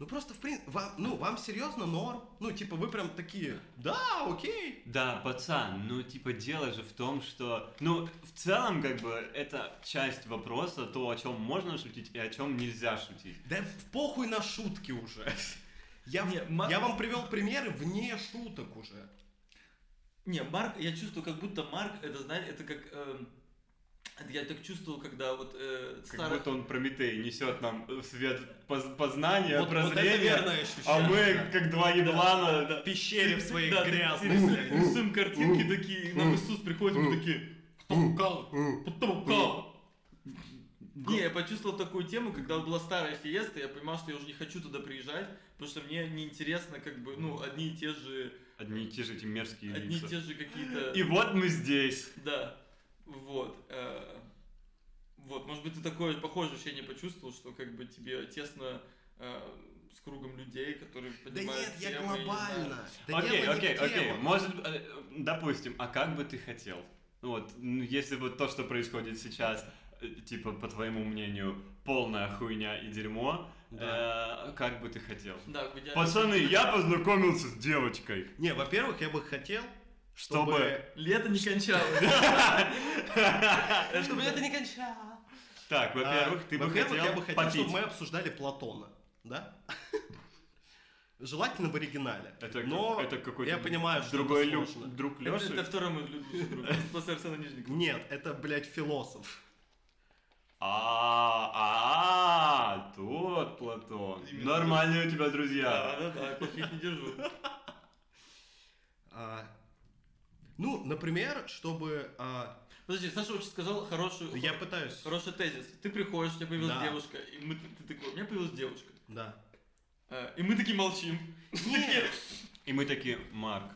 Ну просто, в принципе, вам, ну, вам серьезно норм? Ну, типа, вы прям такие, да, окей. Да, пацан, ну типа дело же в том, что... Ну, в целом, как бы, это часть вопроса, то, о чем можно шутить и о чем нельзя шутить. Да в похуй на шутки уже. Я, Не, ма- я вам привел примеры вне шуток уже. Не, Марк, я чувствую, как будто Марк, это, знаешь, это как... эм, это я так чувствовал, когда вот э, Как старый... [LAUGHS] будто он Прометей несет нам э, в свет поз- познания, Вот- вот, это прозрения, верное ощущение. а мы, как два еблана, в пещере в своей Да, ты- ты грязной. рисуем- рисуем картинки такие, и нам Иисус приходит, мы такие... Потолкал. Э, Потолкал. Не, я почувствовал такую тему, когда была старая фиеста, я понимал, что я уже не хочу туда приезжать, потому что мне неинтересно, как бы, ну, одни и те же, Одни и те же эти мерзкие одни и лица. те же какие-то... И вот мы здесь. Да. Вот. э, Вот, может быть, ты такое похожее ощущение почувствовал, что как бы тебе тесно э, с кругом людей, которые Да понимают нет, я темы, и не знаю. глобально. Да окей, дело не в окей, окей. темах. Может, э, допустим, а как бы ты хотел? Ну Вот, ну, если вот то, что происходит сейчас, э, типа, по твоему мнению, полная хуйня и дерьмо, Да. Э, э, как бы ты хотел? Да, в идеале. Пацаны, я познакомился с девочкой. Не, во-первых, я бы хотел, Чтобы... чтобы... Лето не кончалось. [LAUGHS] Чтобы это не кончало. Так, во-первых, А, ты бы во-первых, хотел я бы хотел, попить. чтобы мы обсуждали Платона, да? Желательно в оригинале. Это, но как- это какой-то я понимаю, что другой это лю- сложно. друг Это Лёши. это второй мой любимый [LAUGHS] друг. После Арсена Нижникова. Нет, это, блядь, философ. А, а, тот Платон. Именно Нормальные у тебя друзья. Да, да, да, плохих не держу. А, ну, например, чтобы... а, Подожди, Саша очень сказал хорошую... я пытаюсь... Хороший тезис. Ты приходишь, у тебя появилась Да. девушка, и мы, ты такой, у меня появилась девушка. Да. Э, И мы такие молчим. Такие, И мы такие, Марк,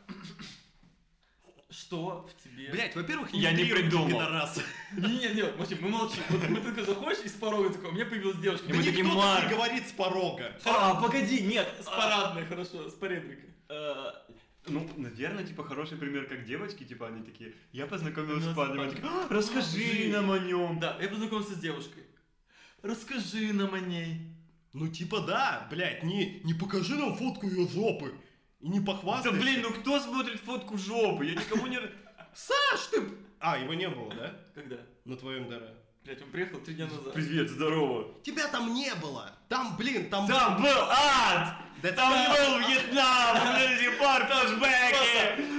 Что в тебе? Блять, во-первых, Я не игнорируйте придумал. пидораса. Не-не-не, вообще, мы молчим. Вот мы только заходишь, и с порога такой, у меня появилась девушка. И Да мы Да такие, никто так «Марк». не говорит с порога. А, погоди, нет. не- С парадной, хорошо, с поребрика. Э, Ну, наверное, типа хороший пример, как девочки, типа они такие, я познакомилась с Познакомилась с парнем, они парнем. такие, «А, расскажи Расскажи». нам о нем. Да, я познакомился с девушкой. Расскажи нам о ней. Ну, типа, да, блять, не, не покажи нам фотку ее жопы. И не Да похвастайся. блин, ну кто смотрит фотку жопы? Я никому [LAUGHS] не... Саш, ты... А, его не было, да? Когда? На твоем дыре. Блять, он приехал три дня назад. Привет, здорово. Тебя там не было. Там, блин, там... Там был ад! Да Там да. был Вьетнам! Подожди, пар, флешбеки!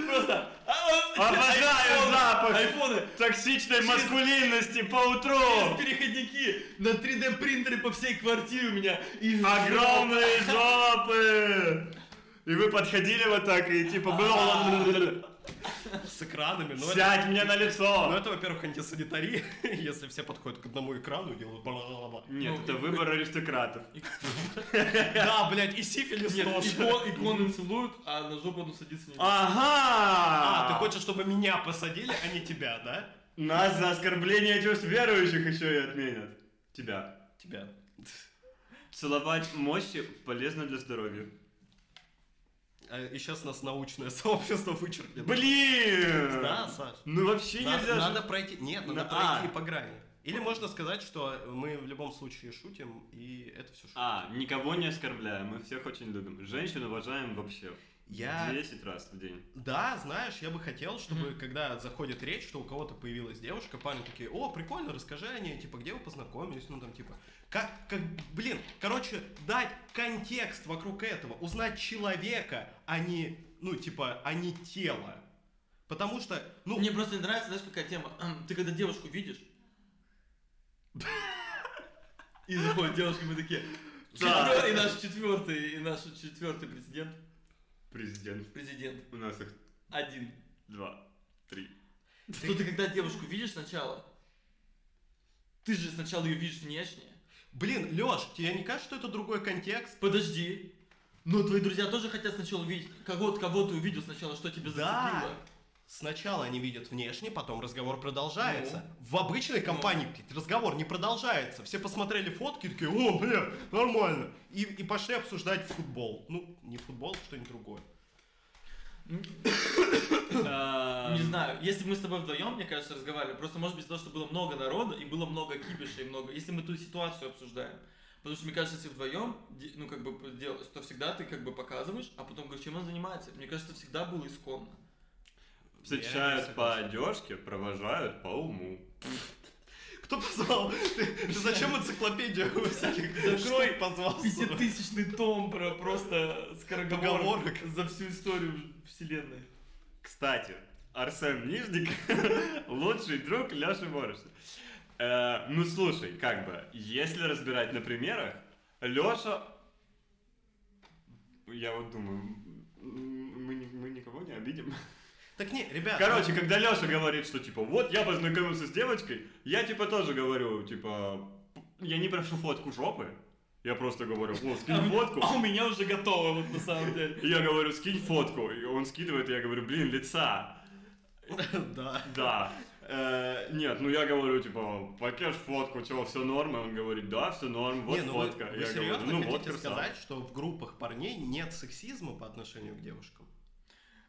Просто. а, он- Обожаю айфоны, запах. Айфоны. Токсичной маскулинности по утру! Через переходники на 3D принтере по всей квартире у меня. И [LAUGHS] Огромные жопы! И вы подходили вот так и типа было... С экранами, но это... Сядь мне на Ну лицо! это, во-первых, антисанитария, [LAUGHS] если все подходят к одному экрану и делают бла-бла-бла. Нет, Ну, это и- выбор аристократов. Да, блядь, и сифилис Нет, тоже. икон- иконы целуют, а на жопу одну садится не Ага! А, ты хочешь, чтобы меня посадили, а не тебя, да? Нас за оскорбление чувств верующих еще и отменят. Тебя. Тебя. Целовать мощи полезно для здоровья. А, И сейчас нас научное [LAUGHS] сообщество вычеркнет. Блин! Да, Саш? Ну вообще На- нельзя. же- Надо пройти... Нет, надо На- а. пройти по грани. Или можно сказать, что мы в любом случае шутим, и это все шутка. А, никого не оскорбляем, мы всех очень любим. Женщин уважаем вообще. Я 10 раз в день. Да, знаешь, я бы хотел, чтобы Мгм. когда заходит речь, что у кого-то появилась девушка, парни такие, о, прикольно, расскажи о ней, типа, где вы познакомились, ну там, типа, как, как, блин, короче, дать контекст вокруг этого, узнать человека, а не, ну, типа, а не тело. Потому что, ну, Мне просто не нравится, знаешь, какая тема? Эм, Ты когда девушку видишь, и заходит девушка, мы такие, Да. «Четвер- и наш четвертый, и наш четвертый президент, Президент. президент У нас их один. два, три. Что ты когда девушку видишь сначала, ты же сначала ее видишь внешне. блин, Леш, тебе не кажется, что это другой контекст? Подожди. Но твои друзья тоже хотят сначала увидеть, кого, кого ты увидел сначала, что тебе Да. зацепило. Сначала они видят внешне, потом разговор продолжается. Ну. В обычной компании блядь, разговор не продолжается. Все посмотрели фотки и такие, о, бля, нормально. И, и пошли обсуждать футбол. Ну, не футбол, что-нибудь другое. М, Не Не знаю, если бы мы с тобой вдвоем, мне кажется, разговаривали, просто может быть из-за того, что было много народа и было много кипиша и много, если мы ту ситуацию обсуждаем. Потому что, мне кажется, если вдвоем, де- ну, как бы, делаешь, то всегда ты как бы показываешь, а потом говоришь, чем он занимается. Мне кажется, это всегда было исконно. Встречают по одежке, провожают по уму. Кто позвал? [LAUGHS] Ты, ты зачем энциклопедию всяких Закрой штук позвал? сука? Пятитысячный том про просто скороговорок Поговорок. за всю историю вселенной. Кстати, Арсен Нижник [LAUGHS] лучший друг Лёши Бориса. ну слушай, как бы, если разбирать на примерах, Лёша... [LAUGHS] Я вот думаю, м, мы, ни- мы никого не обидим. Так не, ребят. Короче, когда Леша говорит, что типа, вот я познакомился с девочкой, я типа тоже говорю, типа, п- я не прошу фотку жопы, я просто говорю, о, скинь фотку. [LAUGHS] А у меня уже готово, вот на самом деле. И я говорю, скинь фотку. И он скидывает, и я говорю, блин, лица. ну, [LAUGHS] Да. Да. Э, нет, ну я говорю, типа, покеш фотку, чего, все норм? И он говорит, да, все норм, вот не, ну вы, фотка. вы И я говорю, серьезно ну вот хотите красава. сказать, что в группах парней нет сексизма по отношению к девушкам?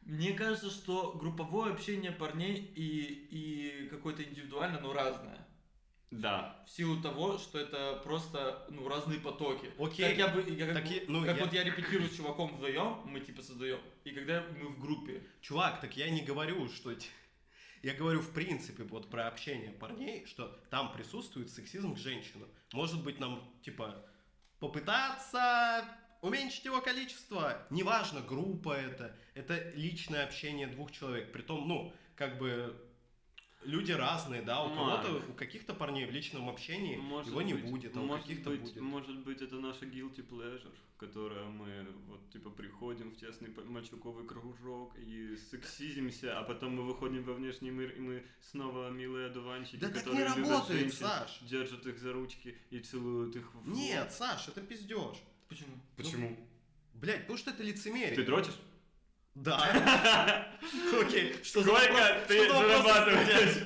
Мне кажется, что групповое общение парней и, и какое-то индивидуально, но разное. Да. В силу того, что это просто ну, разные потоки. Окей. Как я бы, я как Так бы- и- ну, как я- вот я репетирую с чуваком вдвоем, мы типа создаем, и когда мы в группе. Чувак, так я не говорю, что... т- Я говорю, в принципе, вот про общение парней, что там присутствует сексизм к женщинам. Может быть, нам, типа, попытаться уменьшить его количество. Неважно, группа это, это личное общение двух человек. Притом, ну, как бы люди разные, да, у Марк. кого-то, у каких-то парней в личном общении Может его не быть. будет, а у может каких-то быть, будет. Может быть, это наша guilty pleasure, которая мы вот типа приходим в тесный п- мальчуковый кружок и сексизимся, а потом мы выходим во внешний мир, и мы снова милые одуванчики, Да так не которые любят работает, женщин, Саш. держат их за ручки и целуют их в лоб. Нет, Саш, это пиздеж. Почему? Почему? Блять, потому что это лицемерие. Ты [LAUGHS] дротишь? Да. [LAUGHS] Окей. Что за Сколько вопрос- ты что за вопрос зарабатываешь?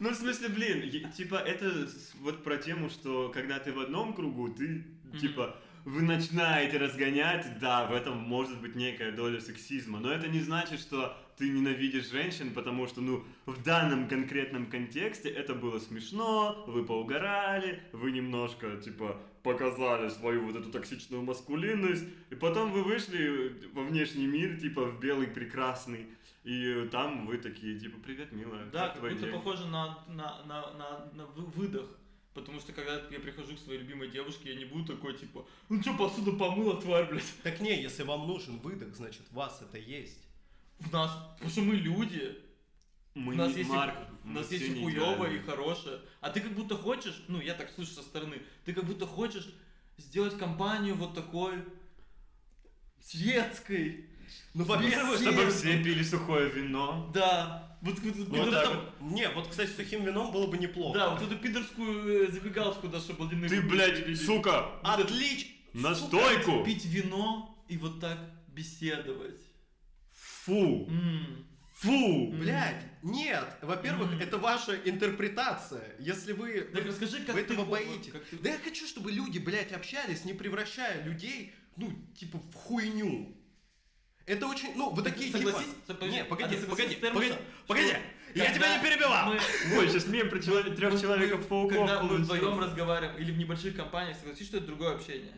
Ну, в смысле, блин, е- типа, это с- вот про тему, что когда ты в одном кругу, ты, Мгм. типа, вы начинаете разгонять, да, в этом может быть некая доля сексизма, но это не значит, что ты ненавидишь женщин, потому что, ну, в данном конкретном контексте это было смешно, вы поугорали, вы немножко, типа, показали свою вот эту токсичную маскулинность, и потом вы вышли во внешний мир, типа, в белый прекрасный, и там вы такие, типа, привет, милая, Да, как как твои будто дела?» похоже на, на, на, на, на вы- выдох. Потому что когда я прихожу к своей любимой девушке, я не буду такой, типа, ну что, посуду помыла, тварь, блядь. Так не, если вам нужен выдох, значит у вас это есть. В нас, потому что мы люди, Мы у нас не- есть и- Марк, у мы нас все есть и не хуёвое, идеальны. и хорошее. А ты как будто хочешь, ну я так слышу со стороны, ты как будто хочешь сделать компанию вот такой светской. Ну, во-первых, Чтобы Блин. все пили сухое вино. Да. Вот, вот- вот вот вот так это- вот. Не, вот, кстати, с сухим вином было бы неплохо. Да, вот эту пидорскую э, забегаловку даже блин. Ты, блядь, сука, Отлично! на стойку! Пить вино и вот так беседовать. Фу! М. Фу! Блять, нет, во-первых, М. это ваша интерпретация. Если вы... Так расскажи, как вы ты этого хо- боитесь. как ты- Да я хочу, чтобы люди, блядь, общались, не превращая людей, ну, типа, в хуйню. Это очень, ну, вы Ты такие, согласись, типа... подожди, Не, а погоди, ты согласись погоди, с термосом, погоди, погоди, я Когда тебя не перебивал! мы- Ой, сейчас мем про трех Мы- человеков мы- пауков Когда мы вдвоем разговариваем или в небольших компаниях, согласись, что это другое общение.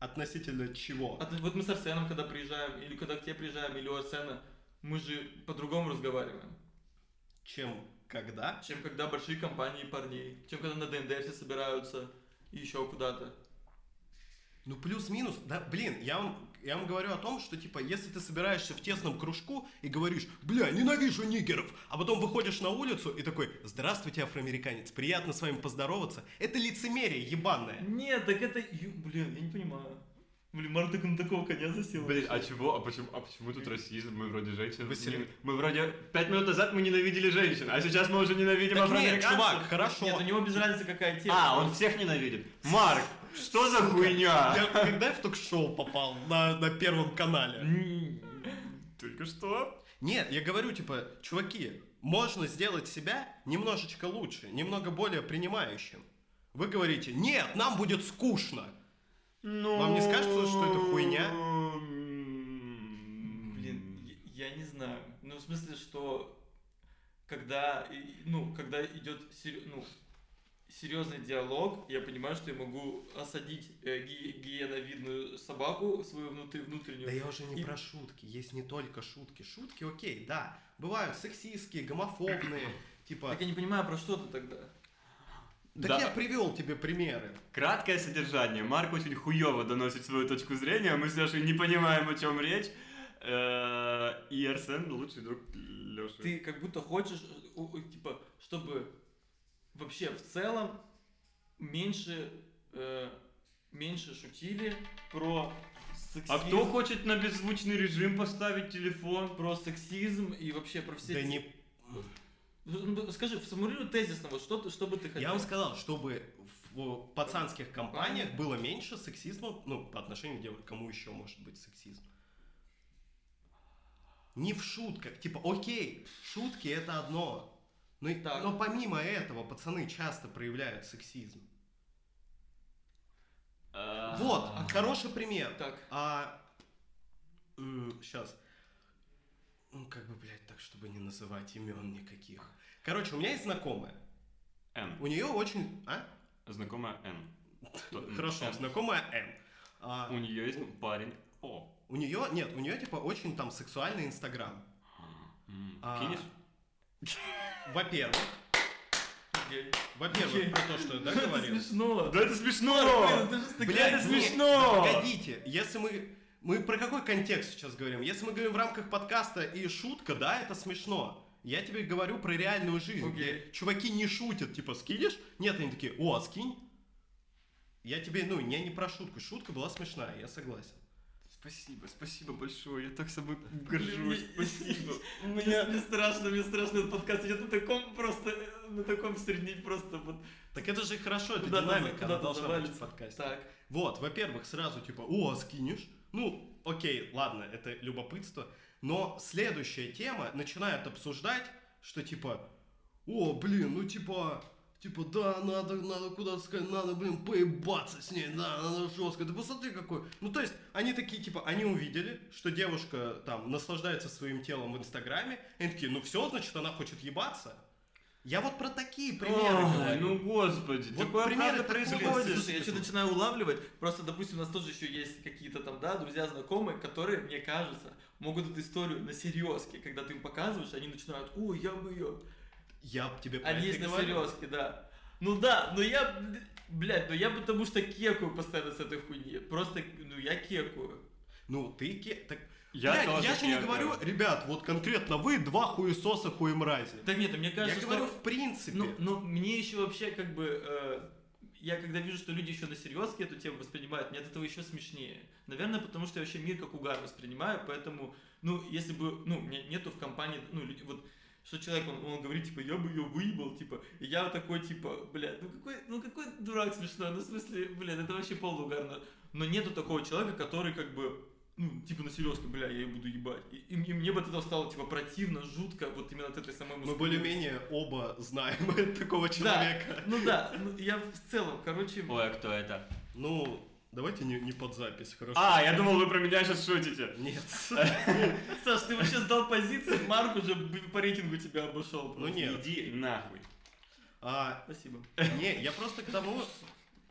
Относительно чего? А ты- вот мы с Арсеном, когда приезжаем, или когда к тебе приезжаем, или у Арсена, мы же по-другому разговариваем, Чем? Когда? чем когда большие компании парней, чем когда на ДНД все собираются и еще куда-то. Ну, плюс-минус, да, блин, я вам, я вам говорю о том, что, типа, если ты собираешься в тесном кружку и говоришь, бля, ненавижу нигеров, а потом выходишь на улицу и такой, здравствуйте, афроамериканец, приятно с вами поздороваться, это лицемерие ебаное. Нет, так это... ю- Блин, я не понимаю. Блин, Марта так на такого коня засела. Блин, а чего, а почему, а почему тут расизм? Мы вроде женщин. Вы серьё- не- Мы вроде пять минут назад мы ненавидели женщин, а сейчас мы уже ненавидим Так нет, афроамериканцев. чувак, хорошо. Нет, у него без разницы какая тема. А, он всех ненавидит. Марк, что за Я хуйня? когда я в ток-шоу попал на, на первом канале? М, Только что? Нет, я говорю, типа, чуваки, можно сделать себя немножечко лучше, немного более принимающим. Вы говорите, нет, нам будет скучно. Ну... Вам не скажется, что это хуйня? М, Блин, я я не знаю. Ну, в смысле, что когда, и- ну, когда идет сер- ну, серьезный диалог, я понимаю, что я могу осадить э, ги- гиеновидную собаку, свою внутри- Да внутреннюю. я уже не И- про шутки, есть не только шутки. Шутки, окей, да, бывают сексистские, [COUGHS] гомофобные, типа... Так я не понимаю, про что ты тогда. Так Да. я привел тебе примеры. Краткое содержание. Марк очень хуёво доносит свою точку зрения, мы с Лешей не понимаем, о чем речь. Э, И Арсен лучший друг Леши. Ты как будто хочешь, э, у- у- типа, чтобы вообще в целом меньше, э, меньше шутили про сексизм. А кто хочет на беззвучный режим поставить телефон? Про сексизм и вообще про все... Да эти- не Ну, Скажи, сформулируй тезисно, вот что, ты- что бы ты хотел. Я вам сказал, чтобы в пацанских компаниях было меньше сексизма, ну, по отношению к девушкам. Кому еще может быть сексизм? Не в шутках. Типа, окей, шутки это одно. Но, и- Так. но помимо этого пацаны часто проявляют сексизм. Э, А. Вот, а хороший пример. Так, А сейчас. Ну, как бы, блядь, так, чтобы не называть имен никаких. Короче, у меня есть знакомая. Н. У нее очень... А? Знакомая Н. То- М, [LAUGHS] Хорошо, Н. знакомая М. А, У нее есть парень О. у нее, нет, у нее типа очень там сексуальный инстаграм. М, А. Кинешь? [LAUGHS] Во-первых, окей. во-первых, [LAUGHS] про то, что я да, Это [LAUGHS] говорил. смешно. Да это Блин, смешно! ты же такая- Блядь, это нет, смешно! Погодите, если мы... Мы про какой контекст сейчас говорим? Если мы говорим в рамках подкаста и шутка, да, это смешно. Я тебе говорю про реальную жизнь, Окей. где чуваки не шутят, типа, скинешь? Нет, они такие, о, а скинь. Я тебе, ну, я не про шутку, шутка была смешная, я согласен. Спасибо, спасибо большое, я так собой Горжусь, горжусь, спасибо. [LAUGHS] Мне, мне страшно, мне страшно этот подкаст идет на таком просто, э, на таком средне просто вот Так это же и хорошо, это Куда-то- динамика, она куда-то должна быть в завалится. подкасте. так. Вот, во-первых, сразу типа, о, а скинешь? Ну, окей, ладно, это любопытство. Но следующая тема начинают обсуждать, что типа, о, блин, ну типа, типа, да, надо, надо куда-то сказать, надо, блин, поебаться с ней, да, надо жестко, да посмотри какой. Ну, то есть, они такие, типа, они увидели, что девушка там наслаждается своим телом в Инстаграме, и они такие, ну все, значит, она хочет ебаться. Я вот про такие примеры Ой, говорю. ну господи, Вот такое примеры правда такого Блин, происходит. слушай, я что-то начинаю улавливать. Просто, допустим, у нас тоже еще есть какие-то там, да, друзья, знакомые, которые, мне кажется, могут эту историю на серьезке, когда ты им показываешь, они начинают, о, я бы ее. Я б тебе про Они это есть и на говорю. серьезке, да. Ну да, но я, бл- блядь, ну я потому что кекаю постоянно с этой хуйни. Просто, ну я кекаю. Ну, ты ке... так Я Блядь, тоже я же не кекаю. говорю, ребят, вот конкретно вы два хуесоса хуемрази. Да нет, ну, мне Я кажется, говорю что... в принципе. Ну, но мне еще вообще как бы... э, я когда вижу, что люди еще на серьезке эту тему воспринимают, мне от этого еще смешнее. Наверное, потому что я вообще мир как угар воспринимаю, поэтому, ну, если бы, ну, мне нету в компании, ну, люди, вот, что человек, он, он говорит, типа, я бы ее выебал, типа, и я вот такой, типа, блядь, ну какой, ну какой дурак смешной, ну, в смысле, блядь, это вообще полуугарно. Но нету такого человека, который, как бы, ну, типа, на серьезке, бля, я ее буду ебать. И, и мне- мне бы от этого стало, типа, противно, жутко, вот именно от этой самой мы мускулинности. более-менее оба знаем [LAUGHS] такого человека. Ну да, ну, я в целом, короче, Ой, а кто это? Ну, давайте не, не под запись, хорошо? А, я думал, вы про меня сейчас шутите. [LAUGHS] Нет. Саш, ты вообще сдал позицию, Марк уже б- по рейтингу тебя обошел. Ну нет. Иди нахуй. А, Спасибо. не, я просто к тому...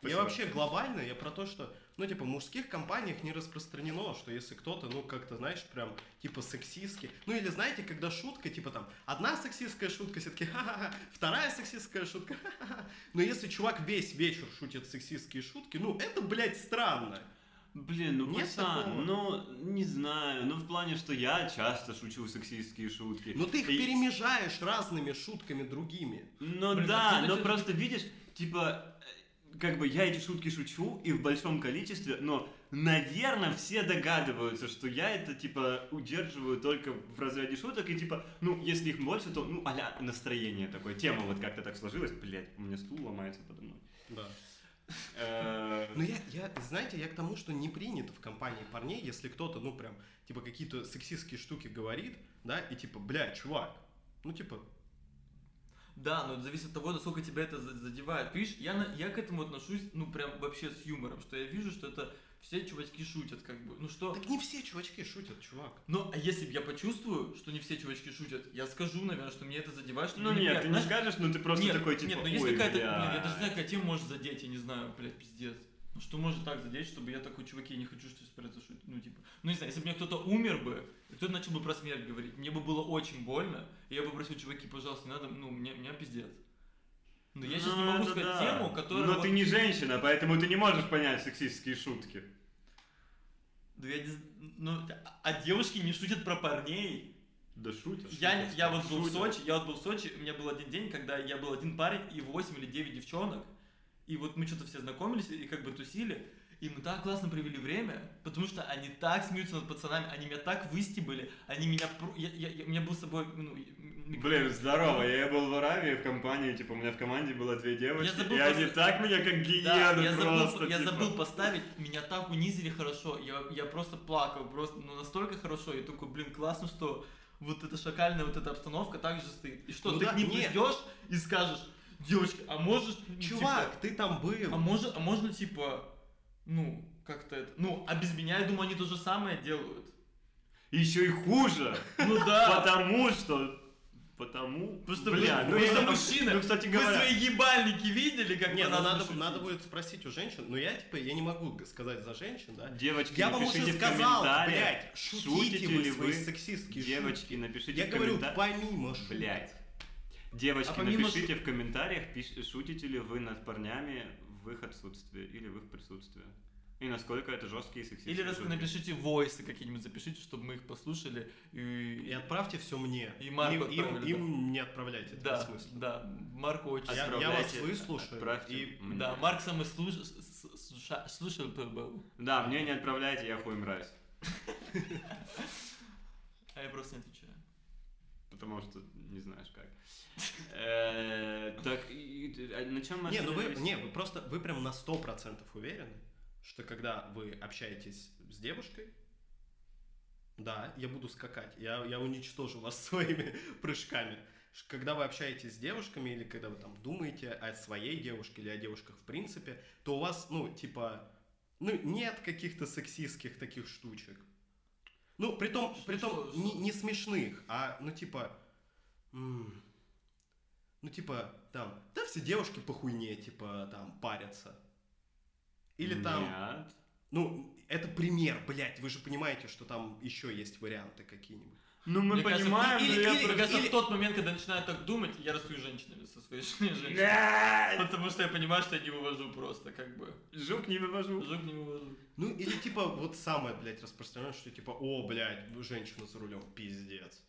Я Спасибо. вообще глобально, я про то, что, ну, типа, в мужских компаниях не распространено, что если кто-то, ну, как-то, знаешь, прям, типа, сексистский. Ну, или, знаете, когда шутка, типа, там, одна сексистская шутка, все-таки, ха-ха-ха, вторая сексистская шутка, ха-ха-ха. Но если чувак весь вечер шутит сексистские шутки, ну, это, блядь, странно. Блин, ну Нет такого? пацан, ну не знаю, ну в плане, что я часто шучу сексистские шутки. Но Ну ты их И- перемежаешь разными шутками другими. Ну Блин, да, откуда но ты- просто видишь, типа, э, как бы я эти шутки шучу и в большом количестве, но, наверное, все догадываются, что я это, типа, удерживаю только в разряде шуток, и, типа, ну, если их больше, то, ну, а настроение такое, тема вот как-то так сложилась, блядь, у меня стул ломается подо мной. Да. [LAUGHS] Э, Ну, Но Ну, я, я, знаете, я к тому, что не принято в компании парней, если кто-то, ну, прям, типа, какие-то сексистские штуки говорит, да, и типа, бля, чувак, ну, типа, Да, но это зависит от того, насколько тебя это за- задевает. Видишь, я, на- я к этому отношусь, ну, прям вообще с юмором, что я вижу, что это все чувачки шутят, как бы. Ну что, так не все чувачки шутят, чувак. ну, а если бы я почувствую, что не все чувачки шутят, я скажу, наверное, что мне это задевает, что Ну мне нет, неприятно. ты не Знаешь, скажешь, но ты просто нет, такой, типа, Нет, ну есть «Ой, какая-то... блин, бля». я даже знаю, какая тема может задеть, я не знаю, блядь, пиздец. Ну что может так задеть, чтобы я такой, чуваки, я не хочу, что про это шутить. Ну, типа, ну не знаю, если бы мне кто-то умер бы, и кто-то начал бы про смерть говорить, мне бы было очень больно, и я бы просил, чуваки, пожалуйста, не надо, ну, мне, меня пиздец. Но я сейчас не Ну, могу это сказать да. тему, которая... Но вот- ты не женщина, поэтому ты не можешь понять сексистские шутки. Да я не з- Ну, а- а девушки не шутят про парней. Да шутишь. Я, шутишь, я вот был в шутишь. Сочи, я вот был в Сочи, у меня был один день, когда я был один парень и 8 или 9 девчонок, и вот мы что-то все знакомились и как бы тусили, И мы так классно провели время, потому что они так смеются над пацанами, они меня так выстебали, они меня... про- Я, я- я- у меня был с собой... ну, мик- Блин, здорово, я был в Аравии в компании, типа, у меня в команде было две девочки, Я забыл и они просто- так меня как гиены Да, я, просто, забыл, я типа. забыл поставить, меня так унизили хорошо, я, я просто плакал, просто ну, настолько хорошо, и только, блин, классно, что вот эта шакальная вот эта обстановка так же стоит. И что, Ну ты да, к ним нет. придешь и скажешь, девочка, а может... ну, Чувак, типа, ты там был. а, может, а можно, типа, ну, как-то это... Ну, а без меня, я думаю, они то же самое делают. Еще и хуже, Ну да, потому что... Потому... Потому что, Бля, блин, ну просто я- мужчина, Ну, кстати вы говоря... свои ебальники видели, как Не, на ну нас надо, шутить? надо будет спросить у женщин, но я типа, я не могу г- сказать за женщин, да? Девочки, Я вам напишите уже в сказал, комментариях, блядь, шутите шутите вы ли свои вы, сексистские девочки, шутки. напишите Я в говорю, комментариях... помимо шуток. Блядь. Девочки, А помимо напишите в комментариях, пиш- шутите ли вы над парнями в их отсутствии или в их присутствии. И насколько это жесткие сексистские Или раз шутки. напишите войсы какие-нибудь, запишите, чтобы мы их послушали. И И... отправьте все мне. И Марку им, им, отправили, да. им не отправляйте, это Да, бессмысленно. А да, Марк очень... Я, я вас Отправляйте, выслушаю. Отправьте И... мне. Да, Марк самый слуш... с- с- слуша- слушал бы был. Да, мне не отправляйте, я хуй мразь. А я просто не отвечаю. Потому что не знаешь [LAUGHS] как. Э, Так, и- и- а на чем мы Не, ну вы, остановились? не, вы просто, вы прям на 100% уверены, что когда вы общаетесь с девушкой, да, я буду скакать, я, я уничтожу вас [LAUGHS] своими прыжками. Ш- Когда вы общаетесь с девушками или когда вы там думаете о своей девушке или о девушках в принципе, то у вас, ну, типа, ну, нет каких-то сексистских таких штучек. Ну, притом, Что- притом что- не, что? не смешных, а, ну, типа, м, ну, типа, там, да все девушки по хуйне, типа, там, парятся. Или там, Нет. ну, это пример, блядь, вы же понимаете, что там еще есть варианты какие-нибудь. Ну мы Мне кажется, понимаем, или- но я или- про- мне кажется, или- в тот момент, когда я начинаю так думать, я расстаюсь с женщинами, со своей [LAUGHS] женщиной. Нет! Потому что я понимаю, что я не вывожу просто, как бы. Жук не вывожу. Жук не вывожу. Ну, или, типа, вот самое, блядь, распространенное, что, типа, о, блядь, женщина за рулем, пиздец.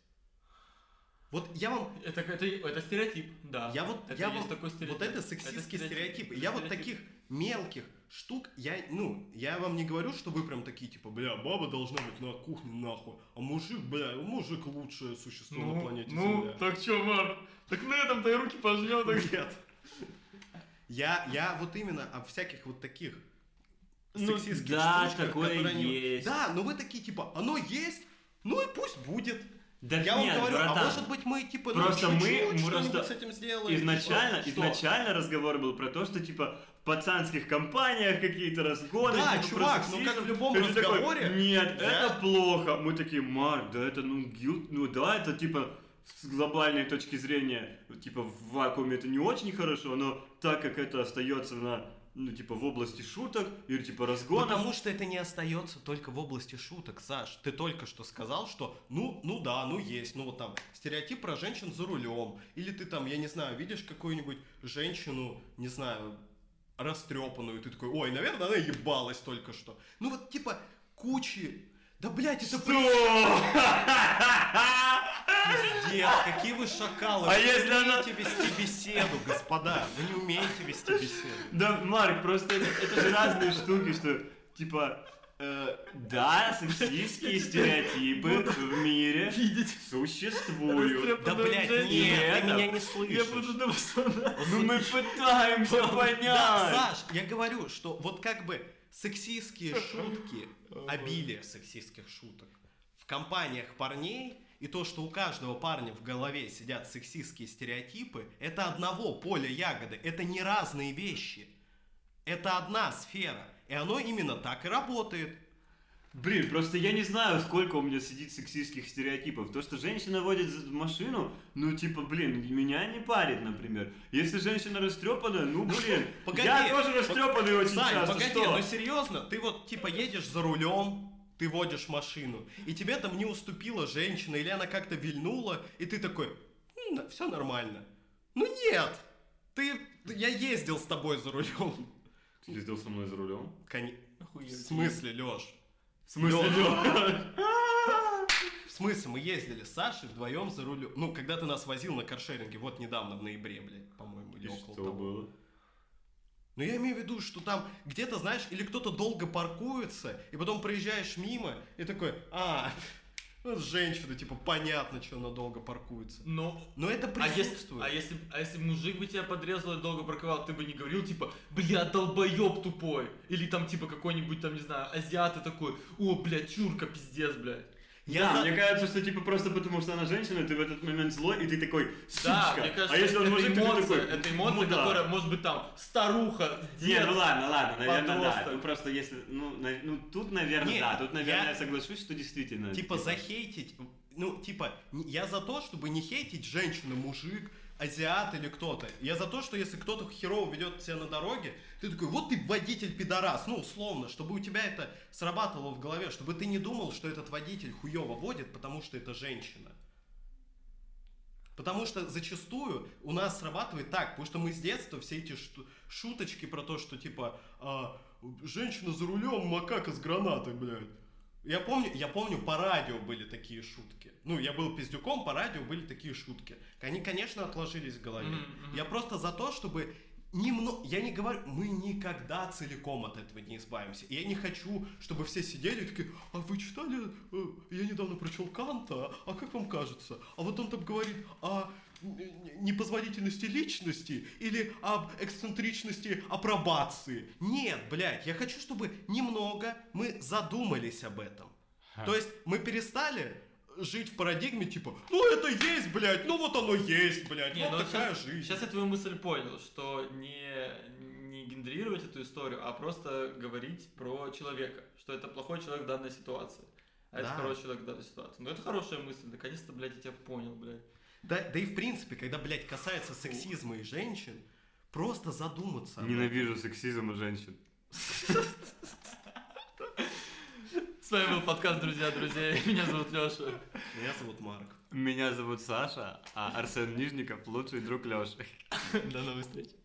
Вот я вам, Это, это, это стереотип, да. я вот, это я есть вам- такой стереотип. вот это сексистские Это стереотипы. стереотип. Я вот Это таких мелких штук, я, ну, я вам не говорю, что вы прям такие, типа, бля, баба должна быть на кухне нахуй, а мужик, бля, мужик лучшее существо на планете Земля. Ну, так чё, Марк? Так на этом-то и руки пожмем, Нет. Я, я вот именно о всяких вот таких Ну, сексистских да, штучках, такое которые они- есть. Да, но вы такие, типа, оно есть, ну и пусть будет. Да я нет, вам говорю, братан. а может быть мы, типа, Просто ну, мы- чуть-чуть мы что-нибудь просто с этим сделаем? типа, Изначально, Что? изначально разговор был про то, что типа в пацанских компаниях какие-то разгоны. Да, типа, про чувак, ну сексизм. как в любом И ты такой, разговоре. Нет, Да. это плохо. Мы такие, Марк, да это ну гилд, ну да, это типа с глобальной точки зрения, типа в вакууме это не очень хорошо, но так как это остается на, ну типа в области шуток или типа разгонов, Потому что это не остается только в области шуток, Саш. Ты только что сказал, что ну, ну да, ну есть, ну вот там стереотип про женщин за рулем. Или ты там, я не знаю, видишь какую-нибудь женщину, не знаю, растрепанную, и ты такой, ой, наверное, она ебалась только что. Ну вот типа кучи. Да блять, это пиздец, какие вы шакалы. А Вы не если она- умеете вести беседу, господа, вы не умеете вести беседу. Да, Марк, просто это, это же разные штуки, что типа э, да, сексистские стереотипы в мире Видеть. существуют. Да, блядь, Женщина, нет, нет. ты меня не слышишь. там Ну мы пытаемся Да, понять. Саш, я говорю, что вот как бы сексистские шутки, обилие сексистских шуток в компаниях парней и то, что у каждого парня в голове сидят сексистские стереотипы, это одного поля ягоды, это не разные вещи. Это одна сфера, и оно именно так и работает. Блин, просто я не знаю, сколько у меня сидит сексистских стереотипов. То, что женщина водит за- машину, ну типа, блин, меня не парит, например. Если женщина растрепанная, ну блин, Погоди, я тоже растрепанный очень Сань, часто. погоди, что? ну серьезно, ты вот типа едешь за рулем, ты водишь машину, и тебе там не уступила женщина, или она как-то вильнула, и ты такой, все нормально. Ну нет, ты, я ездил с тобой за рулем. Ты ездил со мной за рулем? Кони- В смысле, Леш? В смысле, Лёш? В смысле, мы ездили с Сашей вдвоем за рулем. Ну, когда ты нас возил на каршеринге, вот недавно, в ноябре, блядь, по-моему, И или около что того. было? Но я имею в виду, что там где-то, знаешь, или кто-то долго паркуется, и потом проезжаешь мимо, и такой, а, [LAUGHS] ну, женщина, типа, понятно, что она долго паркуется. Но Но это А если, присутствует. а, если, а если мужик бы тебя подрезал и долго парковал, ты бы не говорил, типа, бля, долбоеб тупой. Или там, типа, какой-нибудь, там, не знаю, азиат и такой, о, бля, чурка, пиздец, блядь. Да, мне кажется, что типа просто потому, что она женщина, ты в этот момент злой, и ты такой, сучка. Да, мне кажется, а если он это, мужик, то ты эмоция, такой, ну, это эмоция, «Мудак». которая, может быть, там, старуха, Не, дед. ну ладно, ладно, наверное, да. подросток. Ну просто если, ну, на- ну тут, наверное, Не, да, тут, наверное, я- я соглашусь, что действительно. Типа захейтить, ну, типа, н- я за то, чтобы не хейтить женщина, мужик, азиат или кто-то. Я за то, что если кто-то херово ведет себя на дороге, ты такой, вот ты водитель пидорас, ну, условно, чтобы у тебя это срабатывало в голове, чтобы ты не думал, что этот водитель хуево водит, потому что это женщина. Потому что зачастую у нас срабатывает так, потому что мы с детства все эти шту- шуточки про то, что типа а, женщина за рулем, макака с гранатой, блядь. Я помню, я помню, по радио были такие шутки. Ну, я был пиздюком, по радио были такие шутки. Они, конечно, отложились в голове. Мгм, мгм. Я просто за то, чтобы немного... Я не говорю, мы никогда целиком от этого не избавимся. И я не хочу, чтобы все сидели и такие, а вы читали, э, я недавно прочел Канта, а как вам кажется? А вот он там говорит о н- непозволительности личности или об эксцентричности апробации. Нет, блядь, я хочу, чтобы немного мы задумались об этом. То есть мы перестали жить в парадигме типа, ну это есть, блядь, ну вот оно есть, блядь, Не, вот ну вот такая щас- жизнь. Сейчас я твою мысль понял, что не, не генерировать эту историю, а просто говорить про человека, что это плохой человек в данной ситуации. А это Да. хороший человек в данной ситуации. Ну это хорошая мысль, наконец-то, блядь, я тебя понял, блядь. Да, да и в принципе, когда, блядь, касается сексизма и женщин, просто задуматься. об этом. Ненавижу сексизм и женщин. С вами был подкаст «Друзья друзей». [LAUGHS] Меня зовут Леша. Меня зовут Марк. Меня зовут Саша, а Арсен Нижников лучший друг Лёши. До новых встреч.